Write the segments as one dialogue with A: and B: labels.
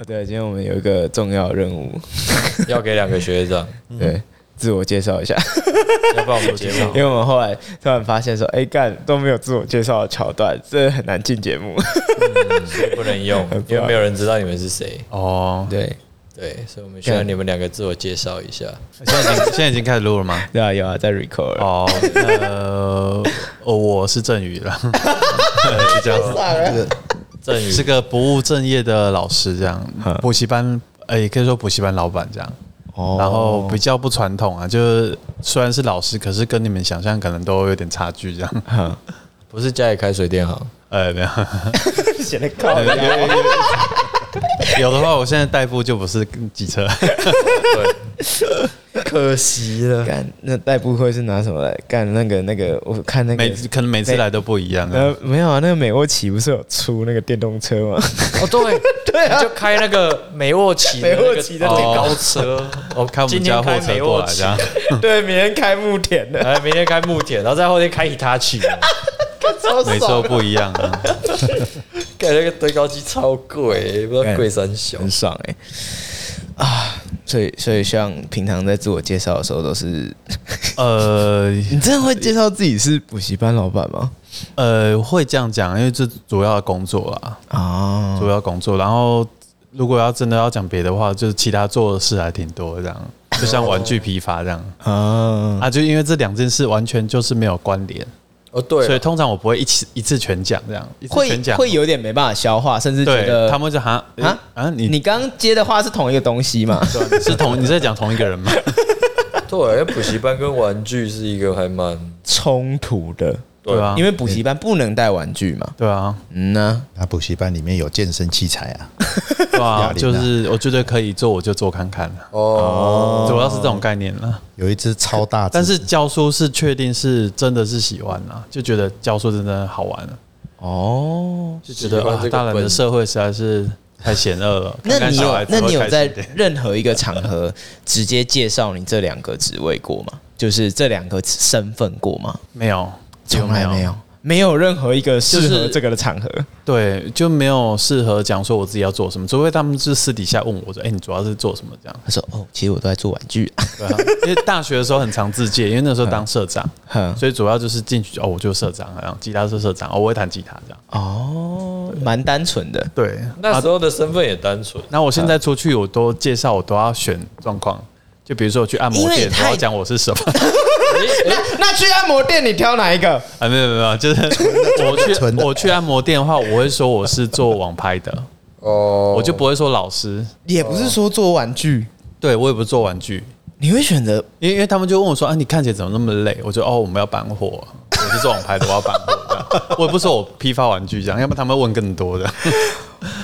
A: 啊对，今天我们有一个重要任务，
B: 要给两个学 长，
C: 嗯
A: 对，自我介绍一下，
B: 要不然我们节 目
A: 因为我们后来突然发现说，哎、干都没有自我介绍的桥段，这很难进节目。
B: 不能用，因为没有人知道你们是谁。
C: 哦，
A: 对，
B: 对，所以我们需要你们两个自我介绍一 下。
C: 现在已经现在已经开始录了吗？
A: 对啊，有啊，在 record 了。
C: 哦，呃，哦我是郑宇了， 对是这样子，
B: 郑宇
C: 是个不务正业的老师，这样
A: 嗯
C: 补习班，呃，也可以说补习班老板这样。
A: 哦
C: 然后比较不传统啊，就是虽然是老师，可是跟你们想象可能都有点差距，这样。
A: 哼
B: 不是家里开水电行，
C: 呃，没有，
A: 写的靠腰，
C: 有的话，我现在代步就不是机车，
B: 可惜了。
A: 干那代步会是拿什么来干？那个那个，我看那个
C: 每，可能每次来都不一样啊。
A: 呃，没有啊，那个美沃奇不是有出那个电动车 吗？
B: 哦，对，对啊，就开那个美沃奇的那个，
A: 美沃奇的那个
B: 哦高车。
C: 我看我
B: 今
C: 们
B: 天
C: 家
B: 开
C: 货
B: 美
C: 车
B: 沃
C: 过来
B: 奇
C: 这样，
A: 对，明天开牧田 的，
B: 哎，明天开木田，然后在后天开 Hitachi，
A: 超
C: 每次
A: 爽
C: 都，不一样啊。
B: 盖那个堆高机超贵，不知道贵三小。
A: 很爽哎、啊！所以所以像平常在自我介绍的时候都是
C: 呃，
A: 你真的会介绍自己是补习班老板吗？
C: 呃，会这样讲，因为这主要的工作啦，
A: 啊，
C: 主要工作。然后，如果要真的要讲别的话，就是其他做的事还挺多的，这样，就像玩具批发这样、
A: 啊，
C: 啊，就因为这两件事完全就是没有关联，
B: 哦，对
C: 所
B: 了，
C: 以通常我不会一次一次全讲这样，一次
A: 会
C: 全讲
A: 会有点没办法消化，甚至觉
C: 对，
A: 得
C: 他们就好像
A: 啊
C: 啊啊，你
A: 你
C: 你
A: 刚刚接的话是同一个东西嘛？
C: 是同你在讲同一个人吗？
B: 对，啊因为补习班跟玩具是一个还蛮
A: 冲突的，
C: 对啊，
A: 因
C: 为
A: 为补习班不能带玩具嘛。
C: 对啊，
A: 嗯呢，
D: 那补习班里面有健身器材啊，
C: 对啊，
D: 哑铃啊
C: 就是我觉得可以做，我就做看看了。
B: 哦，
C: 主要是这种概念了，
D: 有一只超大只，
C: 但是教书是确定是真的是喜欢啦，就觉得教书真的好玩了。啊
A: 哦，
C: 就觉得
B: 喜欢
C: 啊
B: 这，个
C: 大人
B: 本
C: 的社会实在是太险恶了。
A: 那你有那你有在
C: 对
A: 任何一个场合直接介绍你这两个职位过吗？就是这两个身份过吗？
C: 没有？
A: 从来没
C: 有。
A: 有，没有任何一个适
C: 就
A: 合
C: 是
A: 这个的场合。
C: 对，就没有适合讲说我自己要做什么，除非他们是私底下问我说：“哎、你主要是做什么？”这样。
A: 他说：“哦，其实我都在做玩具。
C: 对啊， 因为大学的时候很常自介，因为那时候当社长，
A: 哼
C: 所以主要就是进去哦，我就是社长，然后吉他是社长，哦，我会弹吉他这样。”
A: 哦，蛮单纯的。
C: 对，
B: 那时候的身份也单纯，
C: 那我现在出去，我都介绍，我都要选状况。就比如说我去按摩
A: 因为
C: 店，
A: 太
C: 我要讲我是什么
A: 那那去按摩店你挑哪一个？
C: 啊？没有没有没 有，就是我
D: 纯
C: 去
D: 的
C: 我去按摩店的话，我会说我是做网拍 的，
B: 哦，
C: 我就不会说老师，
A: 也不是说做玩具，
C: 对我也不是做玩具，
A: 你会选择
C: 因为因为他们就问我说啊，你看起来怎么那么累？我就哦，我们要搬货，我是做网拍的，我要搬货这样。我也不说我批发玩具这样，要不然他们会问更多的。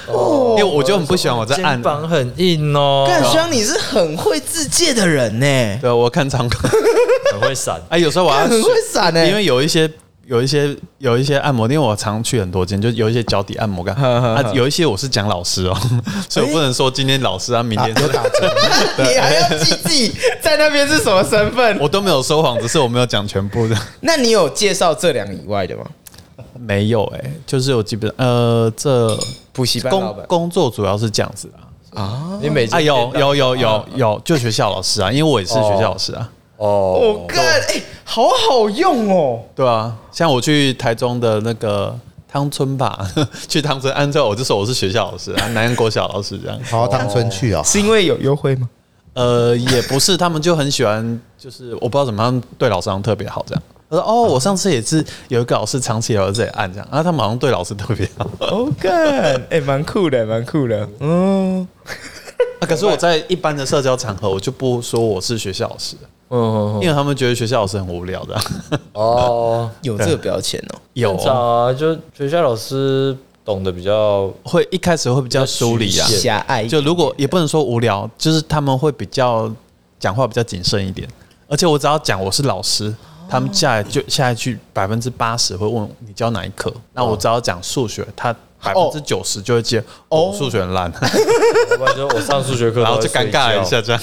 C: 因为我就很不喜欢我在按
B: 肩，膀很硬哦，
A: 干香？你是很会自介的人呢，
C: 对啊我看 常客，
B: 很会闪。
C: 哎，有时候我要
A: 干很会闪欸呢。
C: 因为有一些。有一些有一些按摩店，因为我常去很多间，就有一些脚底按摩干啊，有一些我是讲老师哦， 所以我不能说今天老师啊，明天是
D: 有打折，
A: 你还要记自己 在那边是什么身份。
C: 我都没有说谎，只是我没有讲全部的。
A: 那你有介绍这两个以外的吗？
C: 没有哎、就是我基本呃，这
A: 补习班老
C: 工
A: 板
C: 工作主要是这样子啊。
A: 啊，
B: 你每
C: 啊，有有有有有，就学校老师啊，因为我也是学校老师啊，
B: 哦
A: 我，干，哎，好好用哦。
C: 对啊，像我去台中的那个汤村吧， 去汤村按照我就说我是学校老师啊，南洋国小老师这样，
D: 跑到当村去哦。
A: 是因为有优惠吗？
C: 呃，也不是，他们就很喜欢，就是我不知道怎么样对老师好像特别好这样。他说：“哦，我上次也是有一个老师长期留在这里按这样，啊，他们好像对老师特别好。
A: 哦，干， 哎，蛮酷的，蛮酷的。嗯，
C: 啊可是我在一般的社交场合，我就不说我是学校老师，
B: 嗯
C: 因为他们觉得学校老师很无聊 的。
B: 哦，
A: 有这个标签哦。
C: 有
B: 正常啊，就学校老师懂得比较
C: 会一开始会比较疏离啊
B: 比较局，限
A: 狭隘一点
C: 就如果也不能说无聊，就是他们会比较讲话比较谨慎一点。而且我只要讲我是老师，他们下来就下一句百分之八十会问你教哪一科。那我只要讲数学，他百分之九十就会接哦，数学很 烂，
B: 要不然就我上数学课，
C: 然后就尴尬了一下。这样。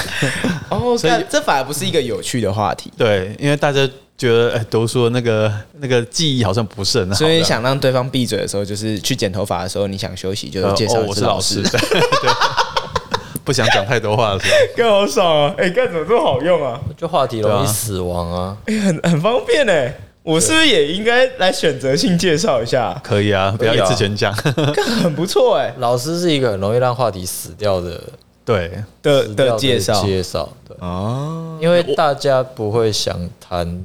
A: 哦，所以这反而不是一个有趣的话题，
C: 对，因为大家觉得哎读书的那个那个记忆好像不是很 好，
A: 所以想让对方闭嘴的时候，就是去剪头发的时候，你想休息就
C: 这样
A: 介
C: 呃
A: 绍
C: 哦我是老师，
A: 老
C: 对对不想讲太多话了。是吧
A: 更好爽啊！哎、干怎么这么好用啊？
B: 就话题容
C: 对啊
B: 易死亡啊。
A: 哎、很很方便哎、我是不是也应该来选择性介绍一下？
C: 可以啊，不要
B: 可以啊
C: 一次全讲。
A: 干很不错哎、
B: 老师是一个很容易让话题死掉的
C: 对，
A: 的
B: 死掉
A: 的介绍
B: 介绍，对，
A: 哦，
B: 因为大家不会想谈，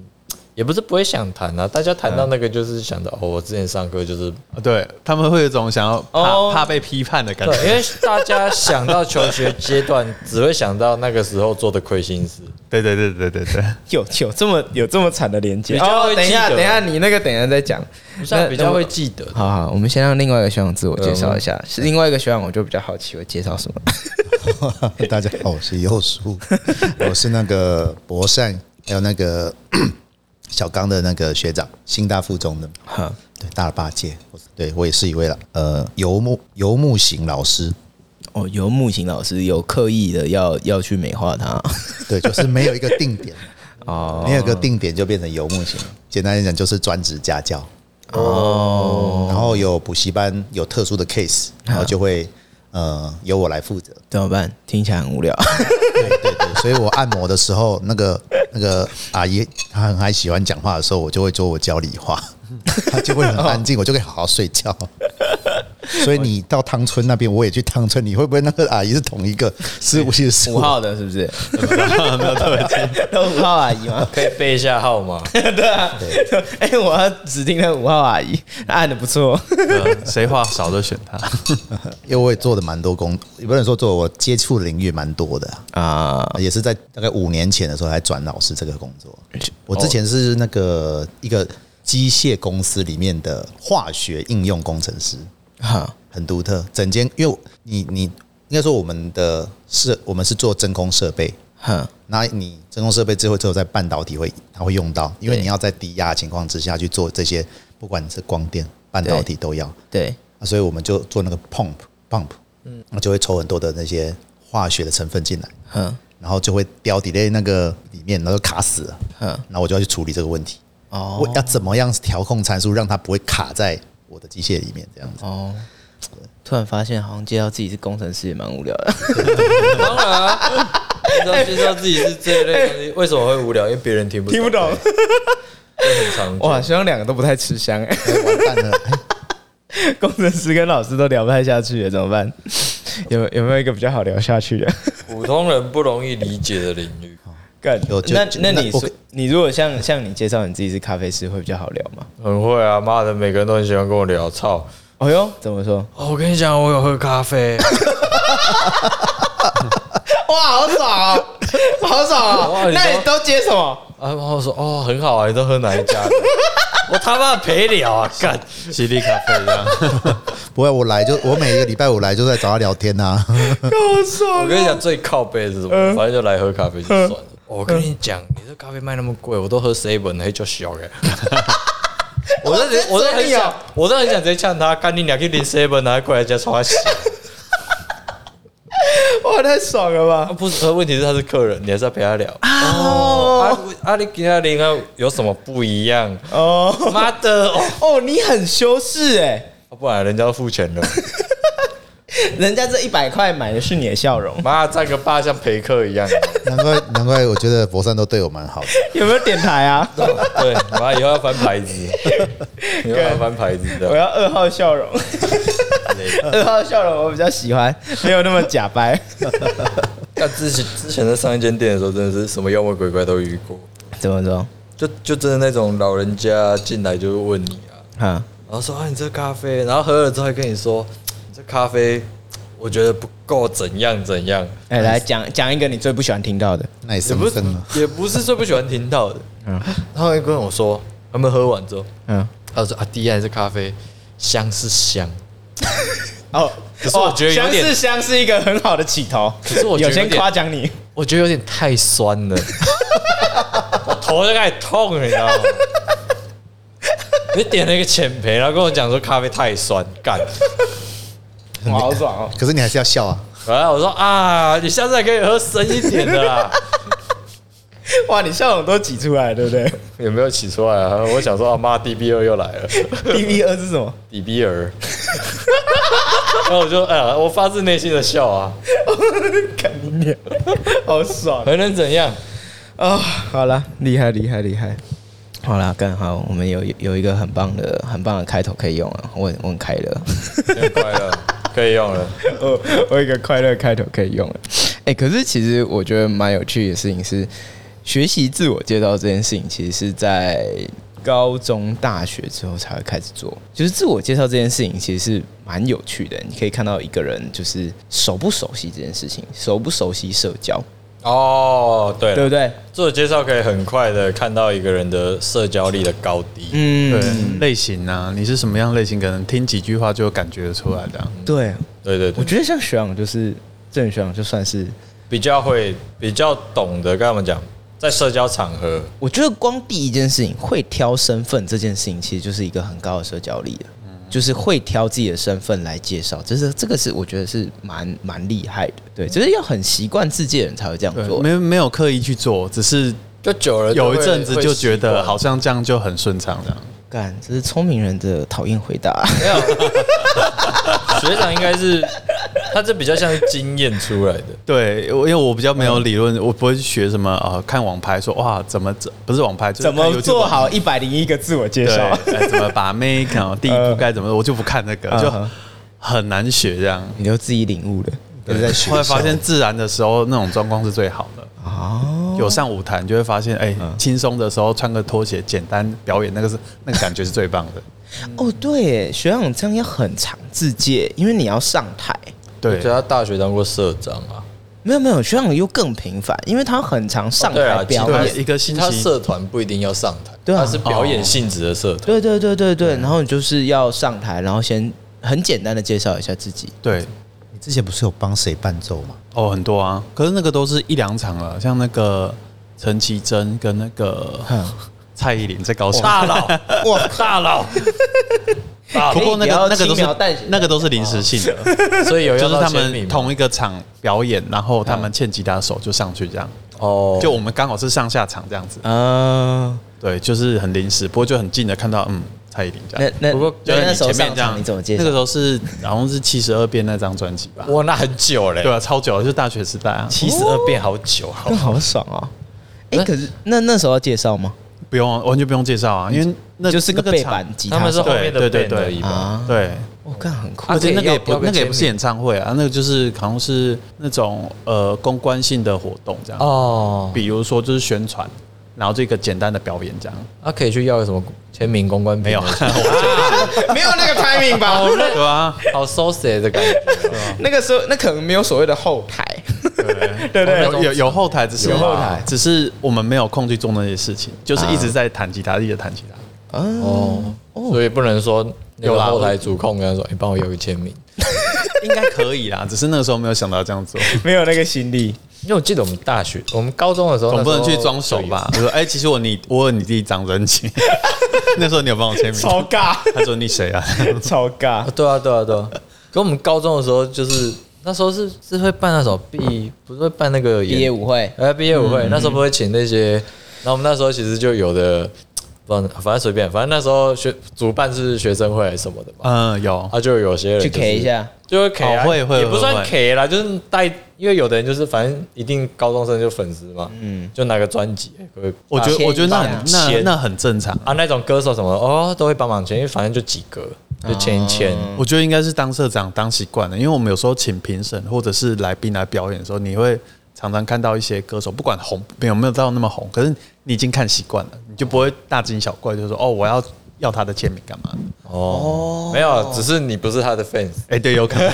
B: 也不是不会想谈啊，大家谈到那个就是想到哦，我之前上课就是
C: 哦对他们会有一种想要怕、
A: 哦
C: 怕被批判的感
B: 对，
C: 觉。
B: 因为大家想到求学阶段，只会想到那个时候做的亏心事，
C: 对对对对对对，
A: 有有这么有这么惨的连接
B: 比较会
A: 哦。等一下，
B: 记得
A: 等一下，你那个等一下再讲。
B: 像比
A: 那
B: 较
A: 我
B: 会记得。
A: 好好，我们先让另外一个学长自我介
B: 对我
A: 绍
B: 们
A: 一下。是另外一个学长，我就比较好奇会介绍什么。
D: 大家好，我是佑叔，我是那个博善，还有那个 小刚的那个学长，新大附中的，
A: 哈，
D: 对，大了八届，我对我也是一位了，呃，游牧游牧型老师，
A: 哦，游木行老师有刻意的要要去美化他
D: 对，就是没有一个定点，
A: 哦
D: 没有一个定点就变成游牧型，简单来讲就是专职家教，
A: 哦，
D: 然后有补习班有特殊的 case，然后就会呃由我来负责，
A: 怎么办？听起来很无聊。
D: 对对，所以我按摩的时候，那个那个阿姨她很还喜欢讲话的时候，我就会说我教你话， 她就会很安静，我就可以好好睡 觉。所以你到汤村那边，我也去汤村，你会不会那个阿姨是同一个？是我其实是
A: 五
D: 我
A: 号的是不 是？都五号阿姨吗？
B: 可以背一下号 码，
A: 对啊，哎、我要指定那五号阿姨，按的不错。
C: 嗯谁话少就选他。
D: 因为我也做的蛮多工，也不能说做，我接触的领域蛮多的，
A: 啊，
D: 也是在大概五年前的时候才转老师这个工作。我之前是那个一个机械公司里面的化学应用工程师。
A: 哈，
D: 很独特。整间因为你你应该说我们的设我们是做真空设备，
A: 哈，
D: 那你真空设备最后只有在半导体会它会用到，因为
A: 对
D: 你要在低压的情况之下去做这些，不管是光电、半导体都要。
A: 对，
D: 啊所以我们就做那个 pump pump，嗯，那就会抽很多的那些化学的成分进来，
A: 哈，
D: 然后就会掉 delay 那个里面，然后就卡死了。
A: 嗯
D: 然后我就要去处理这个问题。
A: 哦
D: 我要怎么样调控参数，让它不会卡在我的机械里面？这样子。
A: 哦。突然发现，好像介绍自己是工程师也蛮无聊的。
B: 当然啊，你知道介绍自己是这一类东西，为什么会无聊？因为别人听不
A: 听不懂
B: 这很常见。
A: 哇，希望两个都不太吃香哎、
D: 哎完蛋了，哎
A: 工程师跟老师都聊不太下去了，怎么办？有有没有一个比较好聊下去的？
B: 普通人不容易理解的领域，
A: 干
D: 有就
A: 那
D: 就
A: 那
D: 那
A: 你
D: 我
A: 说
D: 可
A: 你如果像像你介绍你自己是咖啡师，会比较好聊吗？
B: 很会啊！妈的，每个人都很喜欢跟我聊，操！
A: 哦哟，怎么说？
B: 哦，我跟你讲，我有喝咖啡，
A: 哇，好爽
B: 啊
A: 哦， 好爽啊
B: 哇你都
A: 都接什么？
B: 啊，然后说哦，很好啊，你都喝哪一家的？ 我他妈陪聊啊，干！
C: 犀利咖啡一样，
D: 不会，我来就我每一个礼拜五来就在找他聊天啊呐、
A: 好爽
B: 我跟你讲，最靠背的是什么？反正就来喝咖啡就算了。我跟你讲，你这咖啡卖那么贵，我都喝 seven 黑就小 哎。我都很我都很想，我都很想直接呛他，干你俩去零 seven 拿过来家刷 洗。
A: 哇，太爽了吧
B: 啊！不是，问题是他是客人，你还是要陪他聊。哦，阿阿里跟他零啊有什么不一样？
A: 哦
B: 妈的，哦，啊
A: 哦，你很修饰哎，
B: 不然人家要付钱了。
A: 人家这一百块买的是你的笑容，
B: 妈，站个爸像陪客一样。
D: 难怪难怪，我觉得博善都对我蛮好的。
A: 有没有点台 啊？
B: 对，妈以后要翻牌子，以后要翻牌子
A: 我
B: 的。
A: 要二号笑 容，二号笑容我比较喜欢，没有那么假掰。
B: 但之前之前在上一间店的时候，真的是什么妖魔鬼怪都遇过，
A: 怎么说？
B: 就就真的那种老人家进来就会问你啊，
A: 哈，
B: 然后说啊你这咖啡，然后喝了之后还跟你说你这咖啡我觉得不够怎样怎样，
A: 哎，来讲讲一个你最不喜欢听到的。
D: 那也
B: 也
D: 生
B: 不是
D: 生了，
B: 也不是最不喜欢听到的，
A: 嗯
B: 他会跟我说他们喝完之后，
A: 嗯，
B: 他说啊第一还是咖啡香是香，
A: 哦，
B: 可是我觉得有点
A: 相似相是一个很好的起头，
B: 可是我觉得
A: 有
B: 有点
A: 先夸奖你。
B: 我觉得有点太酸了，我头就开始痛了，你知道吗？你点了一个浅焙，然后跟我讲说咖啡太酸，干。
A: 哇，好爽哦！
D: 可是你还是要笑啊！
B: 然后我说啊，你下次还可以喝深一点的啦。
A: 哇，你笑容都挤出来，对不 对
B: 有没有起出来啊？我想说，啊妈，DB 二又来了
A: ？DB 二是什么？
B: 呃，DB 二。然后我就哎呀，我发自内心的笑啊，
A: 看你鸟， 好爽
B: 还能怎样？
A: 啊、好了，厉害厉害厉害，好了，干好，我们有有一个很棒的很棒的开头可以用啊，我很我很快 乐。
B: 真快乐，可以用了。
A: 我哦我有一个快乐开头可以用了。哎、可是其实我觉得蛮有趣的事情是，学习自我介绍这件事情，其实是在高中、大学之后才会开始做。就是自我介绍这件事情，其实是蛮有趣的。你可以看到一个人就是熟不熟悉这件事情，熟不熟悉社交，
B: 哦，对
A: 对啊
B: 了，
A: 不对？
B: 自我介绍可以很快的看到一个人的社交力的高低。
C: 对
A: 嗯，
C: 类型啊，你是什么样类型，可能听几句话就感觉得出来的啊、
A: 对，
B: 对对对
A: 我，觉得像学长就是郑学长，就算是
B: 比较会，比较懂得跟他们讲，在社交场合，
A: 我觉得光第一件事情会挑身份这件事情，其实就是一个很高的社交力了，就是会挑自己的身份来介绍，这是这个是我觉得是蛮蛮厉害的，对，就是要很习惯自己的人才会这样
C: 对，
A: 做。
C: 没没有刻意去做，只是
B: 就久了
C: 有一阵子就觉得好像这样就很顺畅这样。
A: 干，这是聪明人的讨厌回答。
B: 没有。 学长应该是，他这比较像是经验出来的。
C: 对，我因为我比较没有理论，我不会去学什么呃，看网拍说哇怎么怎不是网拍，就是
A: 怎
C: 看
A: 么
C: YouTube
A: 做好 一百零一个自我介
C: 对，
A: 绍？
C: 哎怎么把 make 哦第一步该怎么，我就不看那个，
A: 嗯
C: 就
A: 哼
C: 很难学这样。
A: 你就自己领悟了。
D: 都在学
C: 后来
D: 校
C: 发现自然的时候，那种状况是最好的。
A: 哦，
C: 有上舞台，你就会发现，哎、轻松的时候穿个拖鞋，简单表演，那个是那个感觉是最棒的。
A: 哦，对耶，学长这样要很常自介，因为你要上台。
B: 我，
C: 对
B: 觉得他大学当过社长啊，
A: 没有没有，学长又更频繁，因为他很常上
B: 对啊
A: 台表
B: 其
A: 演
B: 他
C: 对，。一个星
B: 他
C: 期，
B: 社团不一定要上台，
A: 对啊
B: 他是表演性质的社团。
A: 对对对对对，然后你就是要上台，然后先很简单的介绍一下自己。
C: 对，
D: 你之前不是有帮谁伴奏吗？
C: 哦，很多啊。可是那个都是一两场了，像那个陈绮贞跟那个
A: 嗯
C: 蔡依林在高雄。
B: 大 佬，哇，大佬，大
C: 不
B: 佬，
C: 过那
A: 可以不要
C: 个那个都
A: 轻描淡
C: 是
A: 写
C: 那个都是临时性的，
B: 所以 有
C: 就
B: 要
C: 是
B: 到
C: 他
B: 签名
C: 们
B: 吗
C: 同一个场表演，然后他们欠吉他手就上去这样。
B: 哦，
C: 就我们刚好是上下场这样子，
A: 啊，
C: 对，就是很临时，不过就很近的看到，嗯，蔡依林这
A: 那
C: 样。
A: 那
B: 不过
A: 那
C: 是
A: 那时候
C: 前面
A: 上
C: 这样
A: 场你怎么介
C: 那
A: 绍
C: 个？时候是好像是七十二变那张专辑吧，
B: 哇，那很久嘞
C: 对，啊，超久了，就是大学时代啊，
B: 七十二变好久啊，
A: 那好爽啊！哎，可是那那时候要介绍吗？
C: 不用完全不用介绍啊，因为那
A: 就是个
C: 那
A: 背
C: 场
A: 板吉
B: 他
A: 他
B: 们是
A: 手
B: 后面的
C: 对对
B: band
C: 对
B: 而已吧？
A: 啊，
C: 对，
A: 我看很酷
C: 而且那个也不
B: 要不要
C: 那个也不是
B: 签
C: 演唱会啊，那个就是好像是那种呃公关性的活动这样，
B: 哦，
C: 比如说就是宣传，然后这个简单的表演这样，
B: 那啊可以去要个什么签名公关没
C: 没有，
A: 没有那个 timing 吧？
C: 对啊，
B: 好 so sad 哦的感觉哦，
A: 那个时候那可能没有所谓的后台， 对不
C: 有有有后台，只是
A: 有后台
C: 只是我们没有空去做那些事情，就是一直在弹吉他，一直弹吉他。
A: 哦，
B: 所以不能说有
C: 有啦
B: 后台主控跟他说，你帮我要个签名，
C: 应该可以啦，只是那个时候没有想到这样做，
A: 没有那个心力，
B: 因为我记得我们大学我们高中的时候，
C: 总不能
B: 那时候
C: 去装熟吧？我说，哎、其实我你我有你第一张专辑，那时候你有帮我签名，
A: 超尬，
C: 他说你谁啊？
A: 超尬
B: 啊，。对啊，对啊，对啊。可我们高中的时候，就是那时候是是会办那种毕，不是会办那个
A: 毕业舞会
B: 哎，毕业舞
C: 嗯
B: 会、那时候不会请那些，然后我们那时候其实就有的，不知道反正随便，反正那时候学主办是学生会还是什么的嘛，
C: 嗯，有
B: 啊，就有些人、
A: 哦去 K 一，下，
B: 就会 K 啊，
C: 哦会会
B: 也不算
C: 会
B: K 啦，就是带，因为有的人就是反正一定高中生就粉丝嘛，嗯，就拿个专辑，会
C: 我觉
A: 签
C: 得我觉得
A: 一
C: 那
A: 半啊
C: 很那
B: 签
C: 那很正常。
B: 啊那种歌手什么哦都会帮忙签，因为反正就几个，就签一签。
C: 我觉得应该是当社长当习惯了，因为我们有时候请评审或者是来宾来表演的时候，你会常常看到一些歌手，不管红没有没有到那么红，可是你已经看习惯了，你就不会大惊小怪，就说哦，我要要他的签名干嘛？
B: 哦，没有，只是你不是他的 fans。
C: 哎、对，有 可能，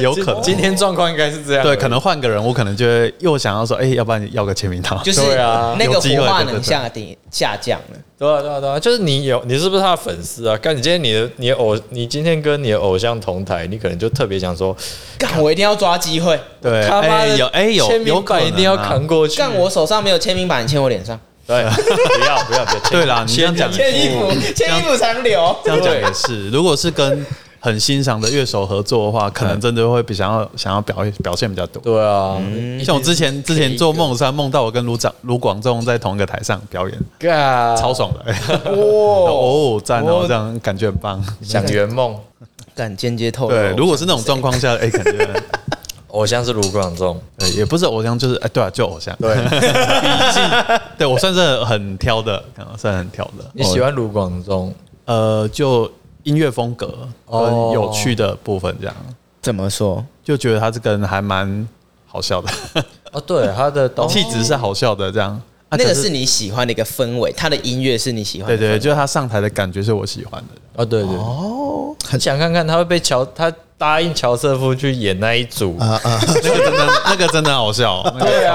C: 有可能，
B: 今天状况应该是这样，
C: 哦对，可能换个人，我可能就会又想要说，哎、要不然要个签名套，
A: 就是
B: 对啊
A: 那个
C: 有机会
A: 火化
C: 对对
A: 能
C: 对
A: 下跌下降了。
B: 对啊，对啊，对啊，就是你有，你是不是他的粉丝啊？干，你今天你的你的偶，你今天跟你的偶像同台，你可能就特别想说，
A: 干，我一定要抓机会。
C: 对，
B: 他妈
C: 哎
B: 的
C: 有哎、有
B: 签
C: 有
B: 名
C: 可能、
B: 版
C: 啊、
B: 一定要扛过去，
A: 干，我手上没有签名板，你签我脸上。
B: 对，不要不要不要，
C: 对啦，你这样 讲
A: 签衣服，签衣服才能留。
C: 这样讲也是，如果是跟很欣赏的乐手合作的话，可能真的会比想要想要表现表现比较多。
B: 对啊，
C: 像我之前之前做梦山，梦到我跟卢长卢广仲在同一个台上表演，
B: 干
C: 超爽的、
A: 哇，
C: 哦，赞哦
B: 啊哦，
C: 这样感觉很棒。
B: 想圆梦，
A: 干间接透露。
C: 对，如果是那种状况下，哎、感觉
B: 偶像是卢广仲，
C: 对，也不是偶像，就是哎，对啊，就偶像。对，对我算是很挑的，啊算很挑的。
B: 你喜欢卢广仲？
C: 呃，就音乐风格跟
B: 哦
C: 有趣的部分，这样
A: 怎么说？
C: 就觉得他这个人还蛮好笑的，
B: 哦，对，他的东
C: 气质是好笑的，这样。啊
A: 那个
C: 可是
A: 是你喜欢的一个氛围，他的音乐是你喜欢
C: 对
A: 的。
C: 对，就是他上台的感觉是我喜欢的。
B: 啊，对对哦，很想看看他会被乔他答应乔瑟夫去演那一组，
A: 啊
C: 那个真的，那个真的好 笑。那个
B: 对
A: 哦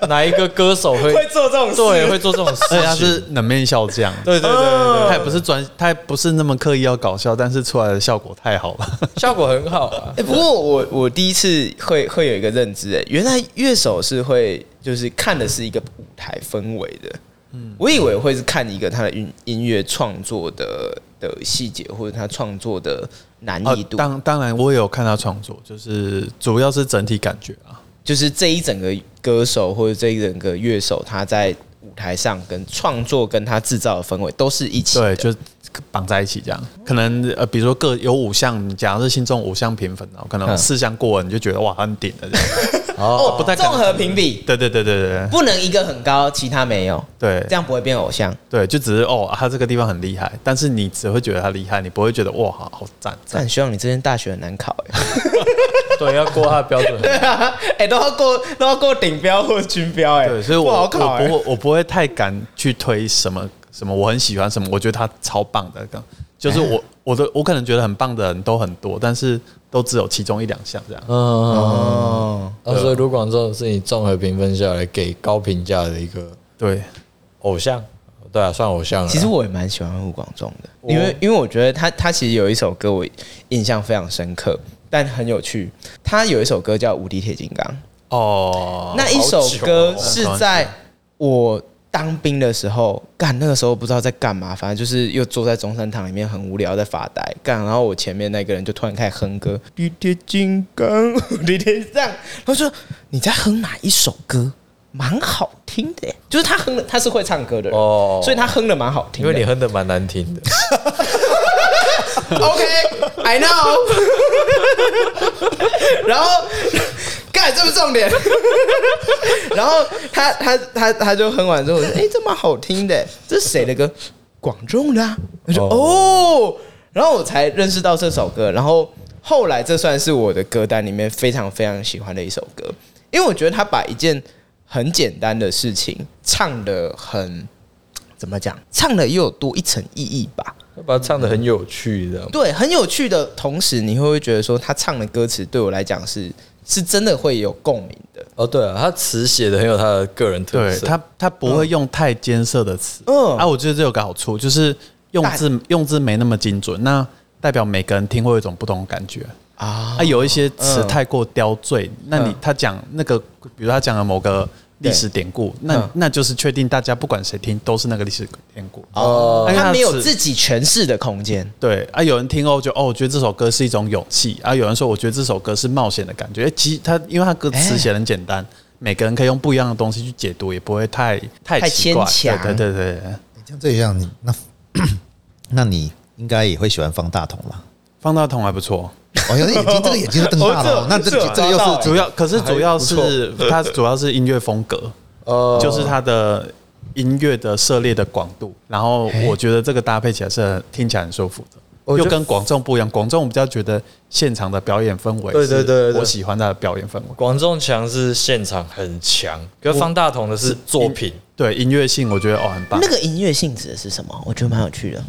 B: 啊， 哪一个歌手会
A: 哎会做这种事
B: 对，会做这种事
C: 而且他
B: 情，
C: 是冷面笑匠，
B: 对对对对对，
C: 他也不是专，他也不是那么刻意要搞笑，但是出来的效果太好了。
B: 效果很好啊。
A: 哎、不过我我第一次会会有一个认知，哎，原来乐手是会就是看的是一个舞台氛围的，嗯，我以为会是看一个他的音音乐创作的的细节或者他创作的难易度，
C: 呃当当然，我也有看他创作，就是主要是整体感觉啊。
A: 就是这一整个歌手或者这一整个乐手他在舞台上跟创作跟他制造的氛围都是一起的，
C: 对，就绑在一起这样。可能呃，比如说各有五项，你假如是心中五项评分，然后可能有
A: 嗯
C: 四项过了，你就觉得哇，很 顶了这样。
A: 哦，
C: 不太可
A: 综
C: 能
A: 合评比。
C: 对对对对对
A: 不能一个很高，其他没有，
C: 对
A: 这样不会变偶像。
C: 对，就只是哦，他这个地方很厉害，但是你只会觉得他厉害，你不会觉得哇，好好赞赞
A: 但。希望你这间大学很难考、哎。
B: 对，要过他的标准。
A: 哎、都要过都要过顶标或军标、哎，
C: 对，所以我
A: 不好考、
C: 我
A: 哎
C: 不欸会我不会太敢去推什么什么，我很喜欢什么，我觉得他超棒的，这样就是我我的我可能觉得很棒的人都很多，但是都只有其中一两项这样。
B: 嗯，哦，所以卢广仲是你综合评分下来给高评价的一个
C: 对，
B: 偶像，对啊，算偶像了。
A: 其实我也蛮喜欢吴广仲的，因为因为我觉得他他其实有一首歌我印象非常深刻，但很有趣。他有一首歌叫《无敌铁金刚》，
C: 哦，
A: 那一首
B: 啊
A: 歌是在我当兵的时候干，那个时候不知道在干嘛，反正就是又坐在中山堂里面很无聊在发呆干，然后我前面那个人就突然开始哼歌，地铁金刚， 地铁上，然后说你在哼哪一首歌？蛮好听的耶，就是他哼的，他是会唱歌的人，
B: 哦
A: 所以他哼的蛮好听的。
B: 因为你哼的蛮难 听的，
A: OK，I、know 。然后，干这不重点。然后他他他他就哼完之后，我说：“哎、这蛮好听的，这是谁的歌？广仲的、啊。”我说：“哦。”然后我才认识到这首歌。然后后来，这算是我的歌单里面非常非常喜欢的一首歌，因为我觉得他把一件很简单的事情唱的很怎么讲，唱的又有多一层意义吧。
B: 把它唱的很有趣，这样。
A: 对，很有趣的同时，你会不会觉得说他唱的歌词对我来讲是是真的会有共鸣的？
B: 哦，对啊，他词写的很有他的个人特
C: 对
B: 色。
C: 他，他不嗯会用太艰涩的词。
A: 嗯
C: 啊，我觉得这有个好处，就是用字用字没那么精准，那代表每个人听会有一种不同的感觉。
A: 啊
C: 啊，有一些词
A: 嗯
C: 太过刁钻，那你
A: 嗯
C: 他讲那个，比如他讲了某个历史典故，那
A: 嗯
C: 那就是确定大家不管谁听都是那个历史典故。
B: 呃
A: 哦，
C: 哎呀
A: 他没有
C: 是
A: 自己诠释的空间。
C: 对啊，有人听哦，就哦，我觉得这首歌是一种勇气啊；有人说，我觉得这首歌是冒险的感觉。诶其实他因为他歌词写的很简
A: 哎
C: 单，每个人可以用不一样的东西去解读，也不会太太
A: 太
C: 奇怪
A: 牵强
C: 对对对对，
D: 像这样，你那 那你应该也会喜欢方大同吧？
C: 方大同还不错，
D: 哦，那眼睛这个眼睛都瞪大了哦，那这
A: 这
D: 这又是
C: 主要可是主要是它主要是音乐风格，
B: 哦
C: 就是它的音乐的涉猎的广度。然后我觉得这个搭配起来是很听起来很舒服的，
B: 我觉
C: 又
B: 得
C: 跟广众不一样。广众我比较觉得现场的表演氛围，
B: 对对对对对
C: 我喜欢他的表演氛围。
B: 广仲强是现场很强，可是方大同的是作品，
C: 对音乐性，我觉得哦很棒
A: 那。个音乐性质的是什么？我觉得蛮有趣的。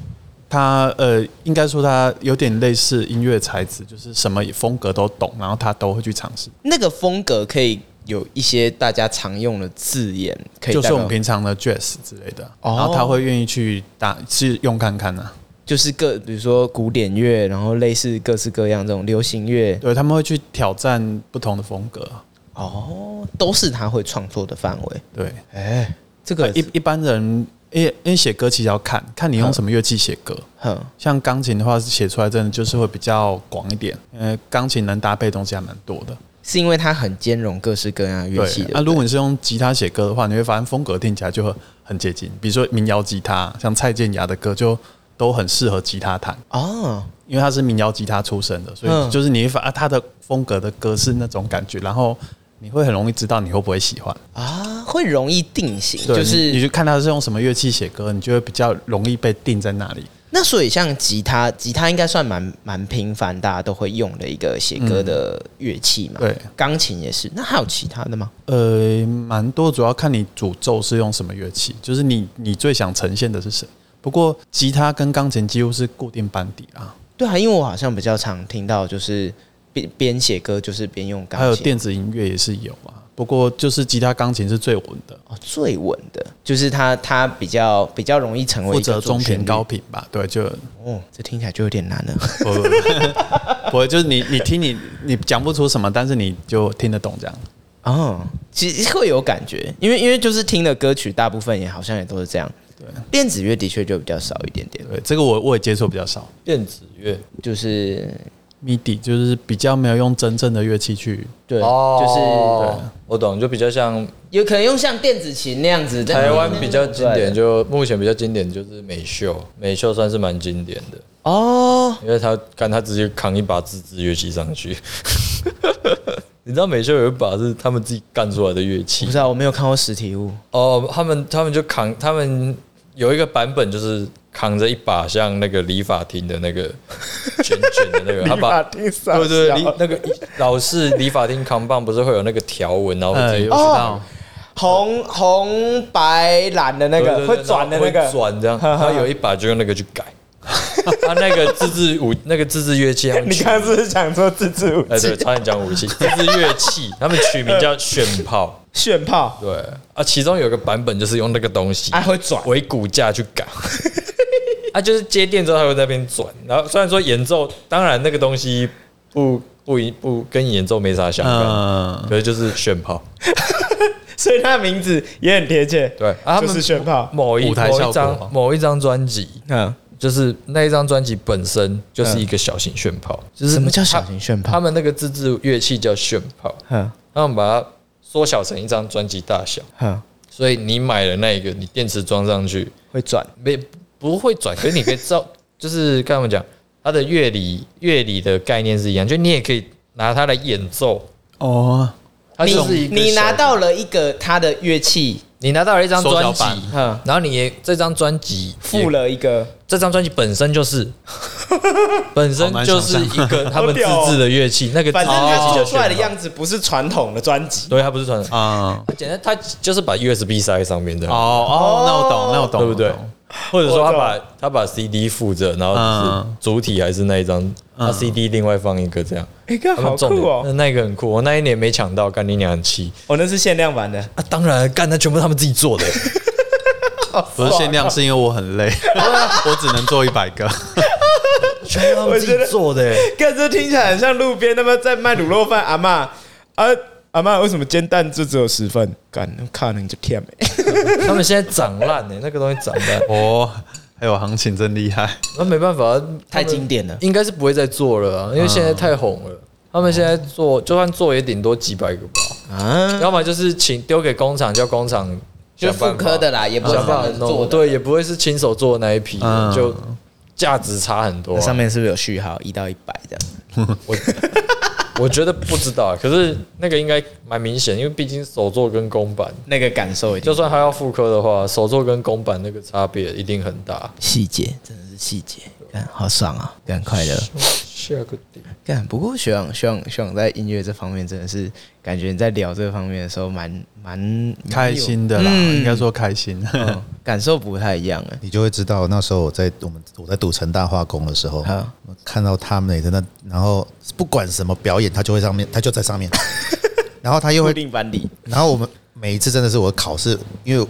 C: 他呃，应该说他有点类似音乐才子，就是什么风格都懂，然后他都会去尝试。
A: 那个风格可以有一些大家常用的字眼，可以
C: 就
A: 代
C: 是我们
A: 表
C: 平常的 jazz 之类的，
A: 哦
C: 然后他会愿意去打去用看看啊。
A: 就是各比如说古典乐，然后类似各式各样这种流行乐，
C: 对他们会去挑战不同的风格。
A: 哦，都是他会创作的范围。
C: 对，
A: 哎，这个
C: 呃、一一般人，因为因为写歌其实要看看你用
A: 嗯
C: 什么乐器写歌。
A: 哼
C: 像钢琴的话，写出来真的就是会比较广一点，因为钢琴能搭配的东西还蛮多的。
A: 是因为它很兼容各式各样的乐器
C: 对，
A: 的。
C: 那、如果你是用吉他写歌的话，你会发现风格听起来就很很接近。比如说民谣吉他，像蔡健雅的歌就都很适合吉他弹，
A: 哦，
C: 因为他是民谣吉他出身的，所
A: 嗯
C: 以就是你反、啊、他的风格的歌是那种感觉，然后你会很容易知道你会不会喜欢。
A: 啊，会容易定型，
C: 对
A: 就
C: 你你
A: 是
C: 就看他是用什么乐器写歌，你就会比较容易被定在那里。
A: 那所以像吉他，吉他应该算蛮蛮频繁，大家都会用的一个写歌的乐器嘛。
C: 嗯对
A: 钢琴也是。那还有其他的吗？
C: 呃，蛮多，主要看你主奏是用什么乐器，就是你你最想呈现的是谁。不过吉他跟钢琴几乎是固定班底啊，
A: 对啊，因为我好像比较常听到就是边边写歌就是边用钢琴，
C: 还有电子音乐也是有啊。不过就是吉他、钢琴是最稳的，
A: 哦最稳的，就是它它比较比较容易成为
C: 或
A: 一个
C: 者
A: 主
C: 中
A: 旋
C: 频、
A: 律
C: 高频吧。对，就
A: 哦，这听起来就有点难了。
C: 不不不不会，就是你你听你你讲不出什么，但是你就听得懂这样。
A: 哦，其实会有感觉，因为因为就是听的歌曲大部分也好像也都是这样。对，电子乐的确就比较少一点点，
C: 对，这个我我也接触比较少
B: 电子乐
A: 就是
C: ，MIDI 就是比较没有用真正的乐器去。
A: 对，
B: 哦，我懂，就比较像
A: 就是有可能用像电子琴那样子。
B: 台湾比较经典，
A: 对
B: 就目前比较经典就是美秀，美秀算是蛮经典的，
A: 哦，
B: 因为他看他直接扛一把自制乐器上去。 你知道美秀有一把是他们自己干出来的乐
A: 我
B: 器
A: 不知道，我没有看过实体物。
B: 哦，他们他们就扛，他们有一个版本就是扛着一把像那个理发厅的 那个卷卷的那个，他把
A: 厅上
B: 对对理那个老式理发厅扛棒不是会有那个条纹，然后会
C: 呃，
A: 哎
B: 自己
C: 有知道，
A: 红红白蓝的那
B: 对
A: 个
B: 对对
A: 会转的那
B: 然后
A: 个
B: 会，转这样，他有一把就用那个去改。他那个自制武，那个自制乐器，他 们
A: 你
B: 取
A: 刚刚是不是想说自制武
B: 哎，对，
A: 器
B: 差点讲武器，自制乐器，他们取名叫炫炮。
A: 炫炮
B: 对啊，其中有个版本就是用那个东西，
A: 啊会转
B: 为骨架去改。 啊，就是接电之后它会在那边转，然后虽然说演奏，当然那个东西不不一不跟演奏没啥相干，
A: 哦
C: 嗯，
B: 可是就是炫炮。
A: 所以它的名字也很贴切，
B: 对，啊、他
A: 就是
B: 们
A: 炫炮。
B: 某一
C: 舞台
B: 某
C: 效果
B: 一张某一张专辑，
A: 嗯，
B: 就是那一张专辑本身就是一个小型炫炮，
C: 嗯
B: 就是
A: 什么叫小型炫
B: 他
A: 炮？
B: 们那个自制乐器叫炫炮，
A: 嗯
B: 他们把它缩小成一张专辑大小，
A: 嗯，
B: 所以你买了那一个，你电池装上去
A: 会转
B: 没不会转，可是你可以照， 就是跟他们讲，它的乐理乐理的概念是一样，就你也可以拿它来演奏，
C: 哦，
B: 它
A: 你
B: 就是一个
A: 你
B: 小
A: 拿到了一个他的乐器，
B: 你拿到了一张专辑
C: 缩小版，
A: 嗯
B: 然后你也这张专辑也
A: 附了一个
B: 这张专辑本身就是， 本身就是一个他们自制的乐器，那个
A: 反正
B: 自制
A: 他
B: 乐器
A: 做
B: 叫
A: 出来的
B: 炫
A: 样子不是传统的专辑
B: 炮，对，它不是传统，
C: 啊、
B: 简单，它就是把 USB 塞在上面的
C: 哦，哦，那我懂，那我懂，
B: 对不对
C: 我懂？
B: 或者说
A: 我
B: 他
A: 懂
B: 把他把 CD 附着，然后就是
C: 嗯
B: 主体还是那一张，他
A: 嗯
B: CD 另外放一个这样，
A: 哎，看
B: 他们重点，那那一个很酷，我那一年没抢到，干你娘很气
A: 哦，那是限量版的，
B: 啊！当然，干那全部他们自己做的，
C: 不是限量，是因为我很累， 我只能做一百个。
B: 全部他们自己做的。
A: 看这听起来很像路边那么在卖卤肉饭阿嬷啊。阿嬷为什么煎蛋就只有十份？干，看你就欸天美。
B: 他们现在长烂欸呢，那个东西长烂，
C: 哦，还有行情真厉害。
B: 那没办法，
A: 太经典了
B: 他们应该是不会再做了啊，因为现在太红了。他们现在做，就算做也顶多几百个吧，
A: 啊，
B: 要么就是请丢给工厂，叫工厂
A: 就是
B: 想办
A: 复
B: 法
A: 刻的啦，也不是
B: 想
A: 他
B: 办法
A: 们做
B: 弄，
A: 的。
B: 对，也不会是亲手做的那一批的，
C: 嗯
B: 就价值差很多啊、
A: 上面是不是有序号一到一百这样？
B: 我我觉得不知道，啊可是那个应该蛮明显，因为毕竟手做跟公版，
A: 那个感受一定
B: 就算他要复刻的话，手做跟公版那个差别一定很大。
A: 细节，真的是细节，干好爽啊，干快乐。
B: 下个点，
A: 干，不过学长、学长、学长在音乐这方面真的是感觉你在聊这方面的时候蛮，蛮蛮有
C: 开心的啦，
A: 嗯
C: 应该说开心。
A: 嗯感受不太一样哎、
D: 你就会知道那时候我在我们我在赌城大化工的时候
A: 好，
D: 我看到他们也在那，然后不管什么表演，他就会上面，他就在 上面，然后他又
A: 固
D: 会
A: 定班底，
D: 然后我们每一次真的是我考试，因为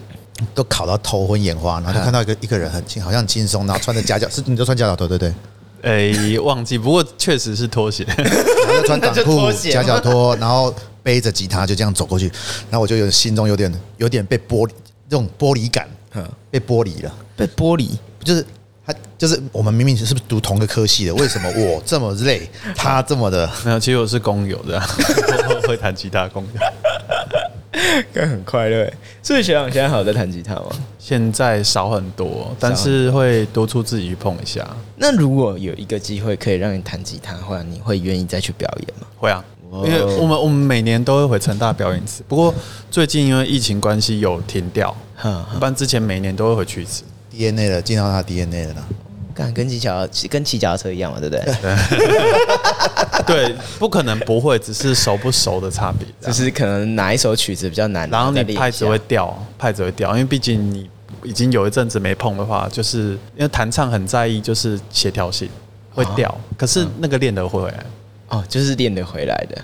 D: 都考到头昏眼花，然后就看到一个一个人很轻，好像很轻松，然后穿着夹脚，是你就穿夹脚拖，对对，
C: 哎、忘记，不过确实是拖 鞋。
D: 然后就穿短
A: 那就
D: 裤
A: 拖、鞋
D: 夹脚拖，然后背着吉他就这样走过去，然后我就有心中有点有点被剥离，这种剥离感
A: 嗯，
D: 被剥离了，
A: 被剥离，
D: 就是。他就是我们明明是不是读同个科系的，为什么我这么累，他这么的？
C: 没有，其实我是工友的，我会弹吉他工友。
A: 该很快乐欸。所以学长现在还有在弹吉他吗？
C: 现在少很多，但是会多出自己去碰一下。
A: 那如果有一个机会可以让你弹吉他的话，你会愿意再去表演吗？
C: 会啊，
A: 哇
B: 哦
C: 因为我们我们每年都会回成大表演一次，不过最近因为疫情关系有停掉，
A: 哈，
C: 一般之前每年都会回去一次。
D: DNA 了，进到他 DNA 了啦。
A: 干跟骑脚跟骑脚踏车一样嘛，对不对？啊
C: 对，不可能不会，只是熟不熟的差别。
A: 就
C: 就是，
A: 是可能哪一首曲子比较难，
C: 然后
A: 再
C: 你
A: 练一
C: 拍子
A: 下
C: 会掉，拍子会掉，因为毕竟你已经有一阵子没碰的话，就是因为弹唱很在意就是协调性会掉，可是那个练得会回来。
A: 哦，就是练得回来的。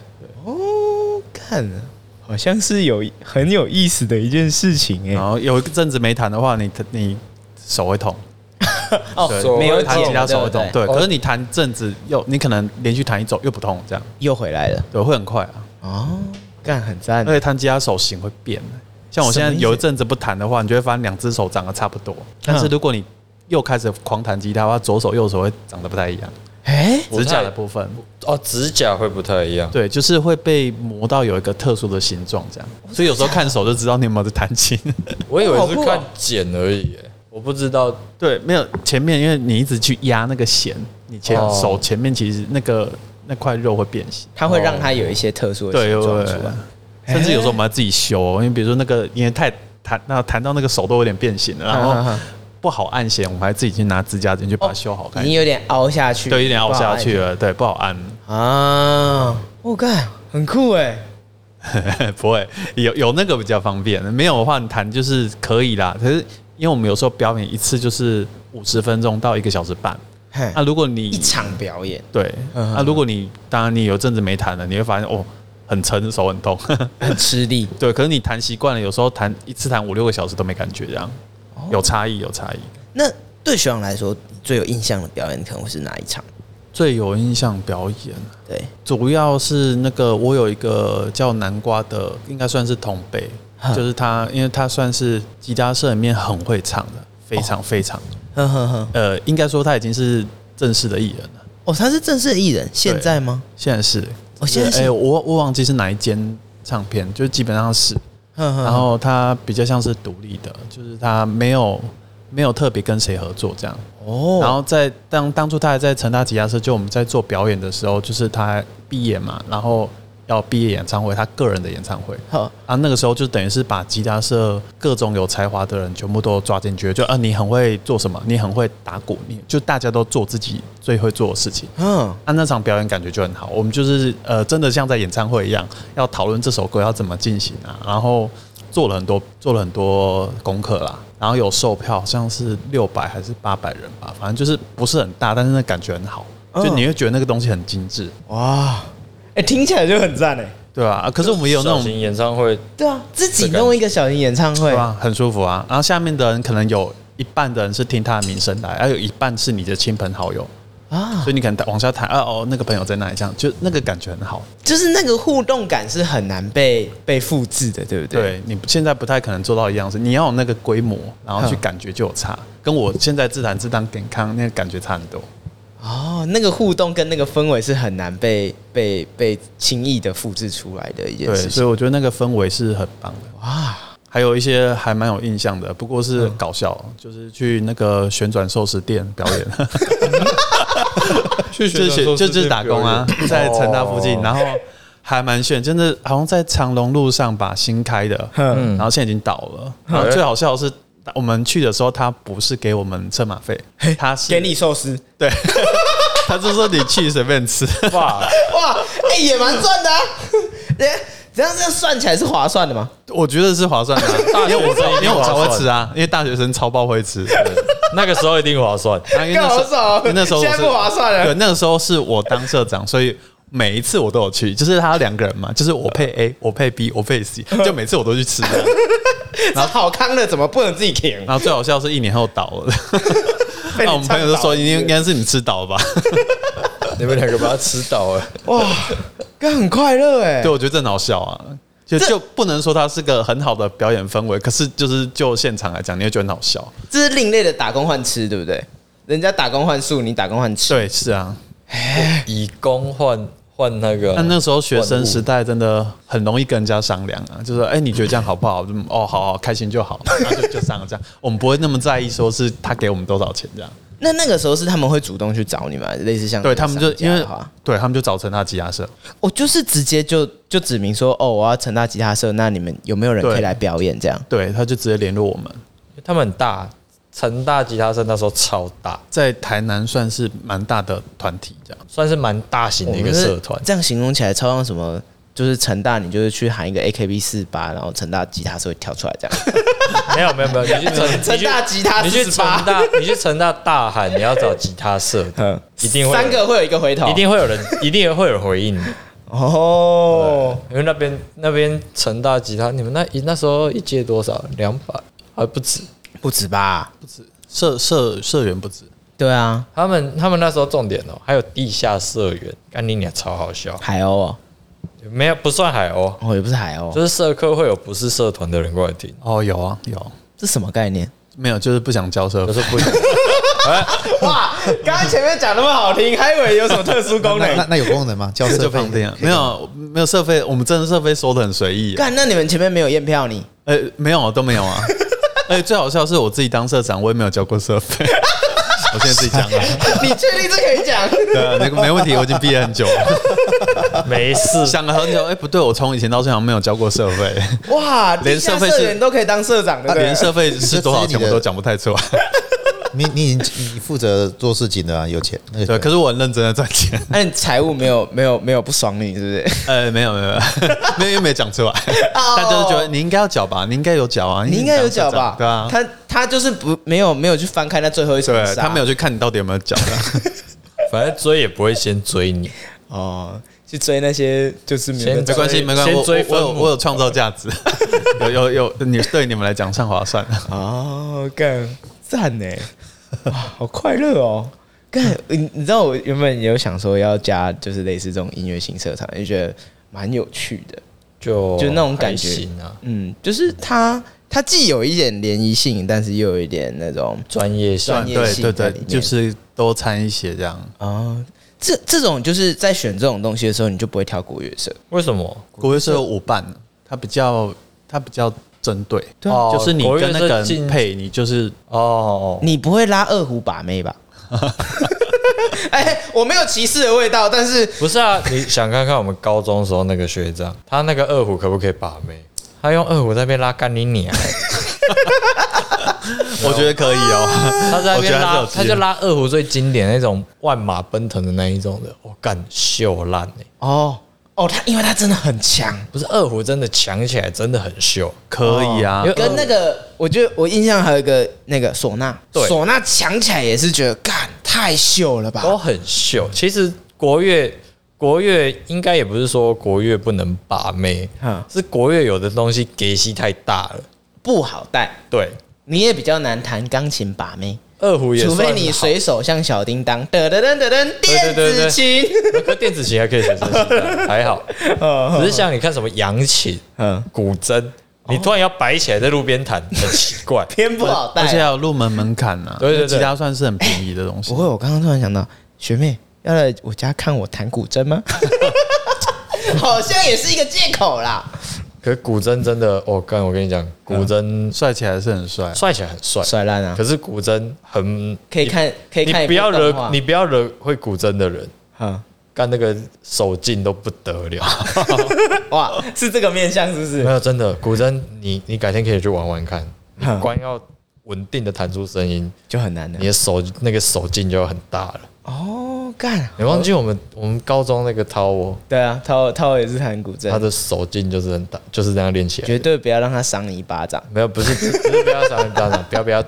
A: 哦，看，好像是有很有意思的一件事情哎、
C: 然后有一阵子没弹的话，你你手会痛，对
B: 手
A: 哦
B: 会
A: 没有
B: 痛
C: 弹
A: 剪
C: 吉他手会
A: 对
C: 痛
A: 不。对
C: 对，可是你弹阵子又你可能连续弹一周又不痛，这样
A: 又回来了。
C: 对会很快啊。
A: 哦，干很赞
C: 而，且弹吉他手型会变。像我现在
A: 什么意思
C: 有一阵子不弹的话，你就会发现两只手长得差不多。
A: 嗯
C: 但是如果你又开始狂弹吉他的话，左手右手会长得不太一样，
A: 哎、
B: 不太
C: 指甲的部分，
B: 哦，指甲会不太一样。
C: 对，就是会被磨到有一个特殊的形状这样。
A: 哦
C: 所以有时候看手就知道你有没有在弹 琴。
B: 我以为
A: 好
B: 是
A: 酷哦
B: 看茧而已耶，我不知道
C: 对，没有前面，因为你一直去压那个弦，你前
B: 哦
C: 手前面其实那个那块肉会变形。
A: 它会让它有一些特殊的
C: 对
A: 形
C: 对
A: 状
C: 对
A: 出
C: 对
A: 来。哎
C: 甚至有时候我们要自己修哦，因为比如说那个因为太弹，那弹到那个手都有点变形了，然
A: 嗯嗯
C: 后
A: 嗯
C: 不好按弦，我们还自己去拿指甲针去把它修好看
A: 已，经有点凹下去，
C: 对，有点凹下去
A: 了
C: 了，对，不好按，
A: 啊！我干，很酷哎、
C: 不会有有那个比较方便，没有的话你弹就是可以啦。可是因为我们有时候表演一次就是五十分钟到一个小时半，
A: 嘿
C: 那如果你
A: 啊一场表 演，
C: 对，
A: 嗯
C: 那如果你当然你有阵子没弹了，你会发现哦很沉，手很痛，
A: 很吃力，
C: 对，可是你弹习惯了，有时候弹一次弹五六个小时都没感觉，这样有差异，有差异。
A: 那对学长来说，你最有印象的表演可能会是哪一场？
C: 最有印象表演，
A: 对，
C: 主要是那个我有一个叫南瓜的，应该算是同辈
A: 哼，
C: 就是他，因为他算是吉他社里面很会唱的，非常非常，
A: 呵呵呵。
C: 呃，应该说他已经是正式的艺人了。
A: 哦，他是正式的艺人，现在吗？
C: 现在是，
A: 哦现在是
C: 哎、我我忘记是哪一间唱片，就基本上是，
A: 呵呵
C: 然后他比较像是独立的，就是他没有没有特别跟谁合作这样。
A: 哦，
C: 然后在当当初他还在成大吉他社，就我们在做表演的时候，就是他毕业嘛，然后要毕业演唱会，他个人的演唱会。
A: 好，
C: 啊，那个时候就等于是把吉他社各种有才华的人全部都抓进去，就啊，你很会做什么，你很会打鼓，你就大家都做自己最会做的事情。
A: 嗯，
C: 啊，那场表演感觉就很好。我们就是呃，真的像在演唱会一样，要讨论这首歌要怎么进行啊，然后做了很多做了很多功课啦，然后有售票，好像是六百还是八百人吧，反正就是不是很大，但是那感觉很好，
A: 嗯
C: 就你会觉得那个东西很精致，
A: 哇，哎、听起来就很赞哎、
C: 对吧、啊？可是我们也有那
B: 小
C: 种
B: 型演唱会，
A: 对啊，自己
B: 这感
A: 弄一个小型演唱会
C: 对，吧、很舒服啊。然后下面的人可能有一半的人是听他的名声来，还有一半是你的亲朋好友。
A: 啊，
C: 所以你可能往下谈啊，哦，那个朋友在那里，这样就那个感觉很好。
A: 就是那个互动感是很难被被复制的，对不对？
C: 对你现在不太可能做到一样事，你要有那个规模，然后去
A: 哼
C: 感觉就有差，跟我现在自弹自弹健康那个感觉差很多。
A: 哦，那个互动跟那个氛围是很难被被被轻易的复制出来的一件
C: 对，
A: 事
C: 所以
A: 情。
C: 我觉得那个氛围是很棒的。
A: 哇，
C: 还有一些还蛮有印象的，不过是
B: 嗯
C: 搞笑，就是去那个旋转寿司店表演，
B: 去
C: 就是
B: 选
C: 选就是打工啊，
B: 哦
C: 在成大附近，然后还蛮炫，真的好像在长隆路上吧，新开的，
A: 嗯
C: 然后现在已经倒了。
B: 嗯
C: 然
B: 哎
C: 后最好笑的是，我们去的时候他不是给我们车马费，他是
A: 给你寿司，
C: 对，他就说你去随便吃，
B: 哇，
A: 哇，哎、也蛮赚的、啊。等一下这样这样算起来是划算的吗？
C: 我觉得是划算的啊、
B: 大
C: 因
B: 学
C: 为我
B: 生一定
C: 因为我超
B: 划算
C: 会吃啊，因为大学生超爆会吃。
B: 那个时候一定划算。
C: 然后啊因为那
A: 干
C: 时
A: 好
C: 候
A: 爽哦
C: 因为那时候我是
A: 现在不划算了
C: 对，那个时候是我当社长，所以每一次我都有去，就是他两个人嘛，就是我配 A，我配 B，我配 C，就每次我都去吃。
A: 这好康的怎么不能自己舔？
C: 然后最好笑是一年后倒了，
A: 被你
C: 那我们朋友就说应该应该是你吃倒了吧？
B: 你们两个把它吃倒哎，
A: 哇，刚很快乐哎、
C: 对，我觉得真的好笑啊。就
A: 这
C: 就不能说它是个很好的表演氛围，可是就是就现场来讲，你会觉得很好笑。
A: 这是另类的打工换吃，对不对？人家打工换宿，你打工换吃，
C: 对，是啊，
B: 以工换换那个啊。
C: 但那时候学生时
B: 换物
C: 代真的很容易跟人家商量啊，就说哎、你觉得这样好不好？就哦，好好，开心就好，然后就就上了这样， 我们不会那么在意说是他给我们多少钱这样。
A: 那那个时候是他们会主动去找你吗？类似像
C: 对他们就
A: 商家
C: 因为
A: 的话
C: 对他们就找成他吉他社，
A: 我就是直接就就指明说，哦，我要成大吉他社，那你们有没有人
C: 对
A: 可以来表演？这样
C: 对他就直接联络我们，
B: 因为他们很大，成大吉他社那时候超大，
C: 在台南算是蛮大的团体这样。
B: 算是蛮大型的一个社团
A: 我们是。这样形容起来超像什么？就是成大，你就是去喊一个 AKB 四八，然后成大吉他社会跳出来这样。
B: 没有没有没有，你去成
A: 成大吉他
B: 你去成
A: 48
B: 大，你去成大大喊，你要找吉他社，
A: 嗯，
B: 一定会有
A: 三个会有一个回头，
B: 一定会有人，一定会有人回应 的。
A: 哦。
B: 因为那边那边成大吉他，你们那一那时候一届多少？两百还不止。
A: 不止吧？
C: 社社社员不止，
A: 对啊，
B: 他们他们那时候重点哦、还有地下社员，干你俩超好笑，
A: 海鸥哦，
B: 没有不算海鸥，
A: 哦也不是海鸥，
B: 就是社科会有不是社团的人过来听，
C: 哦，有啊有，
A: 这什么概念？
C: 没有就是不想交社
B: 就
C: 费
B: 是，不
A: 哇，刚刚前面讲那么好听，还以为有什么特殊功
D: 那那那有功能吗？交社
C: 就
D: 费
C: 放 这样，没有没有社费，我们真的社费收的很随意啊、
A: 干，那你们前面没有验票你？
C: 呃、没有都没有啊。 而且最好笑的是我自己当社长，我也没有交过社费， 我现在自己讲了，
A: 你确定这可以讲？
C: 对啊，那个没问题，我已经毕业很久了，
B: 没事，
C: 想了很久，哎、不对，我从以前到现在没有交过社费，
A: 哇，
C: 连
A: 地下
C: 社会是
A: 社员都可以当社长的，
B: 啊
C: 连社费是多少
D: 这是
C: 钱
D: 你的
C: 我都讲不太出来，
D: 你你已经你负责做事情的啊，有钱。那个
C: 对，可是我很认真的赚 钱，
A: 那你财务没有没有没有不爽你是不是？
C: 呃，没有没有没 有，没有因为没讲出来，大家都觉得你应该要缴吧，你应该有缴啊，
A: 哦你应该有缴吧？
C: 对啊，
A: 他他就是不没有没有去翻开那最后一层
C: 对
A: 纱，
C: 他没有去看你到底有没有缴 的，
B: 反正追也不会先追你，
A: 哦，去追那些就是没有
B: 先
C: 没关系没关系，
B: 先
C: 我
B: 追
C: 我我有
B: 分母
C: 我有创造价值， 有有有，你对你们来讲算划算的。
A: 哦，干赞 呢，哇好快乐哦！干，你你知道我原本也有想说要加，就是类似这种音乐性社团，就觉得蛮有趣的。
B: 就
A: 就那种感觉
B: 还行啊，
A: 嗯，就是它它既有一点联谊性，但是又有一点那种
B: 专业性
A: 专业
C: 对
A: 性
C: 对
A: 在里
C: 对
A: 面，
C: 就是多掺一些这样。
B: 嗯
A: 哦，这这种就是在选这种东西的时候，你就不会挑国乐社。
B: 为什么？
C: 国乐社有舞伴，它比较它比较针对，
A: 对啊
B: 哦
C: 就是你
B: 国乐
C: 跟那
B: 社
C: 个人
B: 进
C: 配，你就是
B: 哦，
A: 你不会拉二胡把妹吧？ 哎、我没有歧视的味道，但是
B: 不是啊，你想看看我们高中时候那个学长，他那个二胡可不可以把妹？他用二胡在那边拉干你娘，欸
C: 我觉得可以哦。
B: 他在那边拉
C: 我，觉得他是有机
B: 他
C: 会
B: 就拉二胡最经典那种万马奔腾的那一种的，我、干秀烂哎、
A: 哦哦，他因为他真的很强，
B: 不是二胡真的抢起来真的很秀，
C: 可以啊
B: 哦因为，
A: 跟那个哦我觉得我印象还有一个那个唢呐，
B: 对
A: 唢呐抢起来也是觉得干太秀了吧？
B: 都很秀。其实国乐国乐应该也不是说国乐不能把妹
A: 嗯，
B: 是国乐有的东西给息太大了，
A: 不好带，
B: 对。
A: 你也比较难弹钢琴把妹，
B: 二胡也
A: 除
B: 算
A: 非你
B: 好
A: 随手像小叮当，噔噔噔噔噔，
B: 对对
A: 电
B: 对对
A: 子琴，
B: 可电子琴还可以随身携带，还好。
A: 哦
B: 只是像你看什么扬琴、
A: 嗯，。
B: 古筝，你突然要摆起来在路边弹，很奇怪
A: 偏不好带
B: 啊
C: 而且还有入门门槛呐。
B: 对对对
C: 吉他算是很便宜的东西
A: 不。会，我刚刚突然想到，学妹要来我家看我弹古筝 吗？好像也是一个借口啦。
B: 可是古筝真的，我、刚我跟你讲，古
A: 嗯
B: 筝
C: 帅起来是很帅，
B: 帅起来很帅，
A: 摔烂啊
B: 可！是古筝很
A: 可以看，可以
B: 你
A: 看一
B: 不
A: 部
B: 要
A: 动
B: 惹
A: 画。
B: 你不要惹会古筝的人，
A: 啊，
B: 干那个手劲都不得了。
A: 哇，是这个面相是不
B: 没
A: 是？
B: 有真的古筝，你你改天可以去玩玩看，你
A: 哼
B: 光要稳定的弹出声音，
A: 就很难的
B: 你的手那个手劲就要很大了。
A: 哦，干！
B: 你忘记我们我们高中那个涛哦，
A: 对啊，涛涛也是弹古
B: 他
A: 筝，
B: 的手劲就是很大，就是这样练起来。
A: 绝对不要让他赏你一巴掌。
B: 没有，不是， 不是不要伤人当然，不要不要